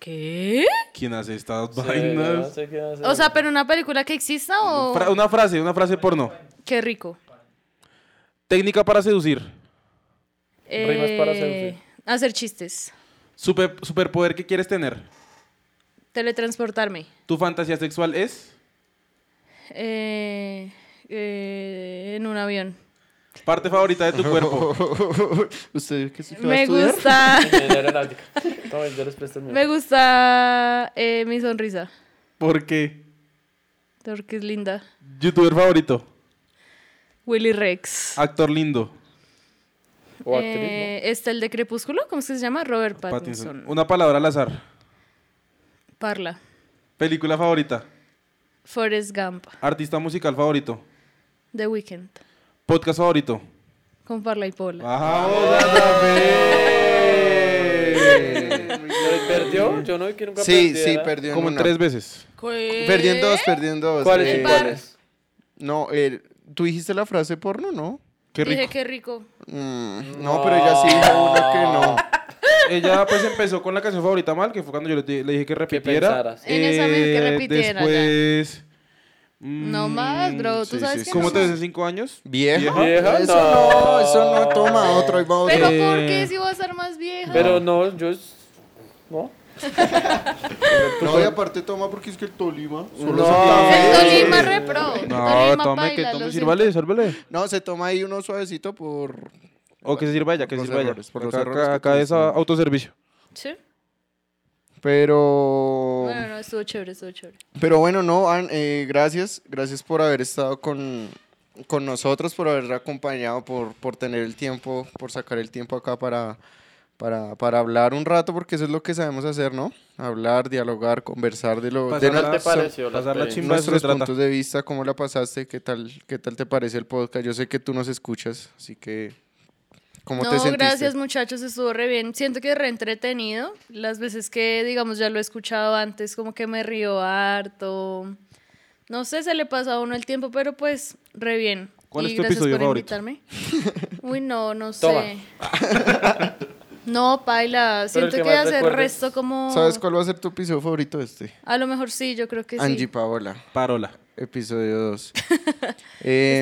¿Qué? ¿Quién hace estas Eh, no vainas? sé qué hacer. O sea, pero una película que exista o. Fra- una frase, una frase porno. Qué rico. Técnica para seducir. Rimas para Eh, selfie. hacer chistes. Super, superpoder que quieres tener. Teletransportarme. Tu fantasía sexual es Eh, eh, en un avión. parte favorita de tu cuerpo. ¿Usted qué se va a Me estudiar? gusta. Ingeniería aeronáutica. Toma, yo les presto el mío. Me gusta eh, mi sonrisa. ¿Por qué? Porque es linda. Youtuber favorito. Willy Rex. Actor lindo. O actriz, Eh, está el de Crepúsculo. ¿Cómo es que se llama? Robert Pattinson. Pattinson. Una palabra al azar. Parla. Película favorita. Forrest Gump. Artista musical favorito. The Weeknd. Podcast favorito. Con Parla y Ah, Pola. ¡Vamos! ¿no? Pero ¿Perdió? Yo no vi que nunca Sí, perdiera. sí, perdió en Como una. tres veces. Perdí en dos, perdí en dos. ¿Cuáles y Eh, cuáles? No, eh, tú dijiste la frase porno, ¿no? Qué Dije rico. qué rico. Mm, no, pero ella sí dijo una que no. Ella pues empezó con la canción favorita mal, que fue cuando yo le, di- le dije que repitiera. Eh, pensaras. En esa vez que repitiera, ya. Después... No mm, más, bro. Tú sí, sabes sí, que sí. ¿Cómo no te ves más. en cinco años? ¿Vieja? ¿Vieja? Eso No. no, eso no. Toma otro, ahí va otro. Pero Eh, ¿por qué si vas a ser más vieja? Pero no, yo es... ¿No? No, y aparte toma porque es que el Tolima solo se No. El toma- Tolima repro. No, Tolima tome, que paila, lo tome, siento. sírvale, sírvale. No, se toma ahí uno suavecito por... O que se sirva ella, que Por los se sirva ella. errores, por los Acá- errores que Acá acá es tuviste. autoservicio. Sí. Pero... Bueno, no, estuvo chévere, estuvo chévere. Pero bueno, no, An- eh, gracias, gracias por haber estado con, con nosotros, por haber acompañado, por, por tener el tiempo, por sacar el tiempo acá para, para, para hablar un rato, porque eso es lo que sabemos hacer, ¿no? Hablar, dialogar, conversar de lo de Pasarla- nu- ¿Qué te pareció la pasar la experiencia? chimba de eso se nuestros trata. puntos de vista, cómo la pasaste, qué tal, qué tal te parece el podcast. Yo sé que tú nos escuchas, así que ¿cómo no, te sentiste? gracias muchachos, estuvo re bien. Siento que re entretenido. Las veces que, digamos, ya lo he escuchado antes, como que me río harto. No sé, se le pasa a uno el tiempo, pero pues re bien. ¿Cuál y es tu gracias episodio por favorito? invitarme. Uy, no, no sé. Toma. no, paila, siento que que, más hace el recuerdes. resto como... ¿Sabes cuál va a ser tu episodio favorito este? A lo mejor sí, yo creo que Angie sí. Paola, Parola. episodio Em, 2.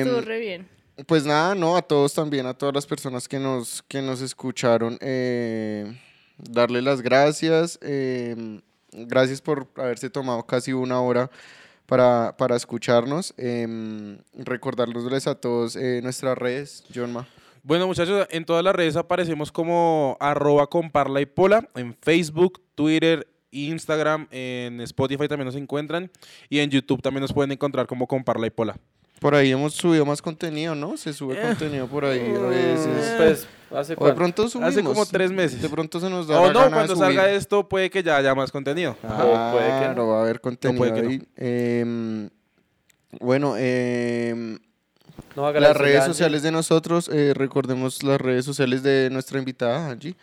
Estuvo re bien. Pues nada, no, a todos también, a todas las personas que nos, que nos escucharon, eh, darle las gracias. eh, gracias por haberse tomado casi una hora para, para escucharnos. eh, recordarles a todos eh, nuestras redes, Jonma. Bueno, muchachos, en todas las redes aparecemos como arroba comparla y pola, en Facebook, Twitter, Instagram, en Spotify también nos encuentran y en YouTube también nos pueden encontrar como comparla y pola. Por ahí hemos subido más contenido, ¿no? Se Eh. sube contenido por ahí a veces. Pues, ¿hace O de cuánto? pronto subimos. Hace como tres meses. De pronto se nos da O la no, gana de cuando salga subir. esto puede que ya haya más contenido. O puede que no. Claro, va a haber contenido puede que no. ahí. Em, bueno, em, No, las agradecerle a redes Angie. sociales de nosotros, eh, recordemos las redes sociales de nuestra invitada, Angie.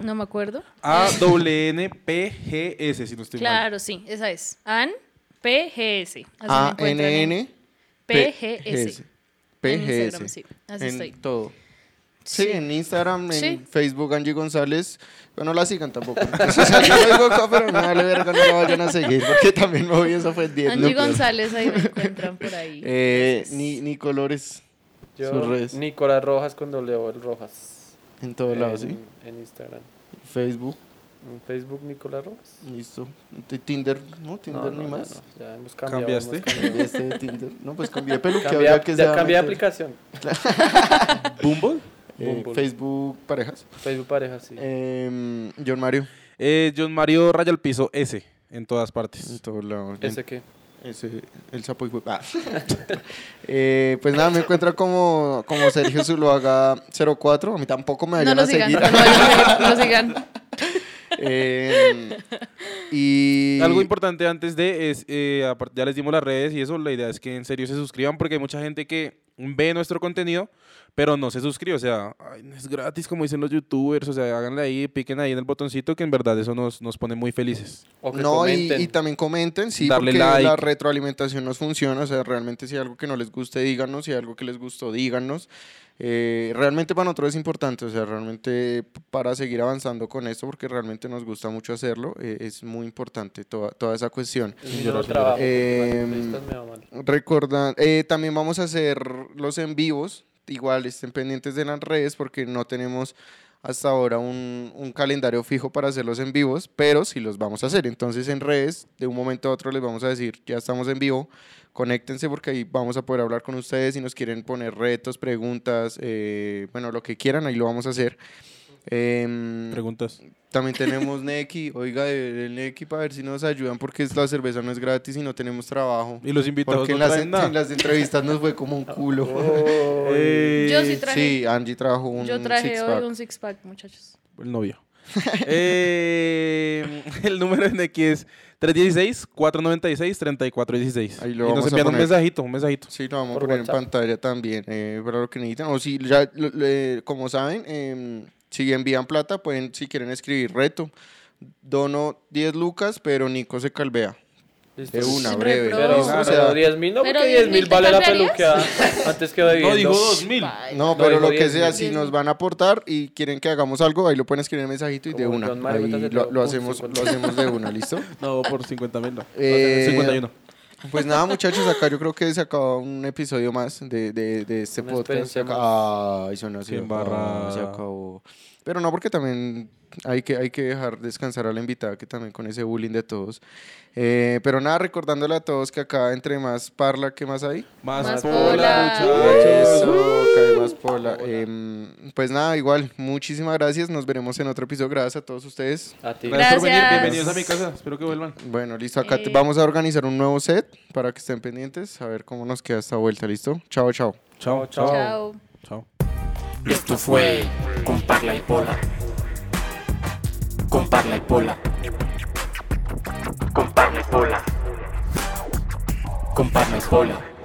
No me acuerdo. A-W-N-P-G-S, si no estoy mal. Claro, sí, esa es. An PGS. así me encuentran en A-N-N. PGS. En PGS. Instagram, sí, así en estoy. todo. Sí, en Instagram, en Sí. Facebook, Angie González. Bueno, no la sigan tampoco. O sea, yo lo digo acá, pero me vale verga, no la vayan a seguir, porque también me voy a ofendiendo. Angie González, ahí me encuentran por ahí. Eh, ni, ni colores sus redes. Yo, Nicolás Rojas con doble O, el Rojas. en todos en, lados, ¿sí? en Instagram. Facebook. En Facebook, Nicolás Rojas. Listo. T- Tinder, ¿no? Tinder No, ni no, ya más. no, ya hemos cambiado. ¿Cambiaste? hemos cambiado. Cambiaste de Tinder. No, pues cambié de peluqueado Cambié- ya que se ya va a cambié de meter. aplicación. ¿Bumble? Eh, Bumble. Facebook parejas. Facebook pareja, sí. Em, John Mario. Eh, John Mario Raya al Piso S, en todas En partes. todos lados. ¿Ese qué? Em, Ese, el sapo y ah. Eh, Pues nada, me encuentro como, como Sergio Zuluaga 04. A mí tampoco me no vayan lo a sigan, seguir. no, lo vayan a seguir, no lo sigan. Em, y Algo importante antes de es, eh, apar- ya les dimos las redes y eso, la idea es que en serio se suscriban porque hay mucha gente que ve nuestro contenido, pero no se suscribe, o sea, "Ay, no es gratis como dicen los youtubers, o sea, háganle ahí, piquen ahí en el botoncito que en verdad eso nos, nos pone muy felices. O que No, y, comenten. y también comenten, sí, Darle porque like. la retroalimentación nos funciona, o sea, realmente si hay algo que no les guste, díganos, si hay algo que les gustó, díganos. Eh, realmente para nosotros es importante, o sea, realmente p- para seguir avanzando con esto, porque realmente nos gusta mucho hacerlo, eh, es muy importante toda, toda esa cuestión. Es mi nuevo trabajo. porque Eh, las entrevistas me va mal. Recordar, eh, también vamos a hacer los en vivos, igual estén pendientes de las redes porque no tenemos hasta ahora un, un calendario fijo para hacer los en vivos, pero sí los vamos a hacer. Entonces en redes, de un momento a otro les vamos a decir, ya estamos en vivo, conéctense porque ahí vamos a poder hablar con ustedes si nos quieren poner retos, preguntas, eh, bueno, lo que quieran, ahí lo vamos a hacer. Em, Preguntas. también tenemos Neki, oiga, el el Neki para ver si nos ayudan porque es- la cerveza no es gratis y no tenemos trabajo. Y los invitados Porque no en las, traen nada. en las entrevistas nos fue como un culo. Oh, Eh, Yo sí traje, Sí, Angie trajo un yo traje hoy six-pack. un six pack, muchachos. El novio. Eh, el número en aquí es 316-496-3416. Ahí Y lo nos vamos a envían un poner. mensajito, un mensajito. Sí, lo vamos a por poner WhatsApp. en pantalla también eh, para lo que necesitan. O si ya, lo- le- como saben, eh, si envían plata, pueden, si quieren escribir reto. Dono 10 lucas, pero Nico se calvea. listo. De una, Sin breve. repro. Pues, Pero, Listo, o pero sea, 10 mil no, ¿Pero porque 10 10.000 mil te vale la cambiarías? peluqueada antes que bebiendo. No, dijo 2000. No, No, pero dijo lo que 10, sea, 10. si nos van a aportar y quieren que hagamos algo, ahí lo pueden escribir en mensajito y de Como una. John Mario, Ahí métase lo, todo, lo pum, hacemos, lo 50. hacemos de una, ¿listo? No, por 50 mil no. Eh, 51. Pues nada, muchachos, acá yo creo que se acaba un episodio más de, de- de este Una podcast. experiencia más. Ay, eso no se Qué embarrada. acabó, se acabó. Pero no, porque también hay que, hay que dejar descansar a la invitada, que también con ese bullying de todos. Eh, pero nada, recordándole a todos que acá entre más parla, ¿qué más hay? Más pola, pola. muchachos. Eso, cae más pola. Em, pues nada, igual, muchísimas gracias. Nos veremos en otro episodio. Gracias a todos ustedes. A ti. Gracias por venir, Gracias. bienvenidos a mi casa, espero que vuelvan. Bueno, listo. Acá te- Eh. vamos a organizar un nuevo set para que estén pendientes, a ver cómo nos queda esta vuelta. ¿Listo? Chao, chao. Chao, Chao. Chao. Y esto fue con Parla y Pola. Con Parla y Pola. Con Parla y Pola. Con Parla y Pola.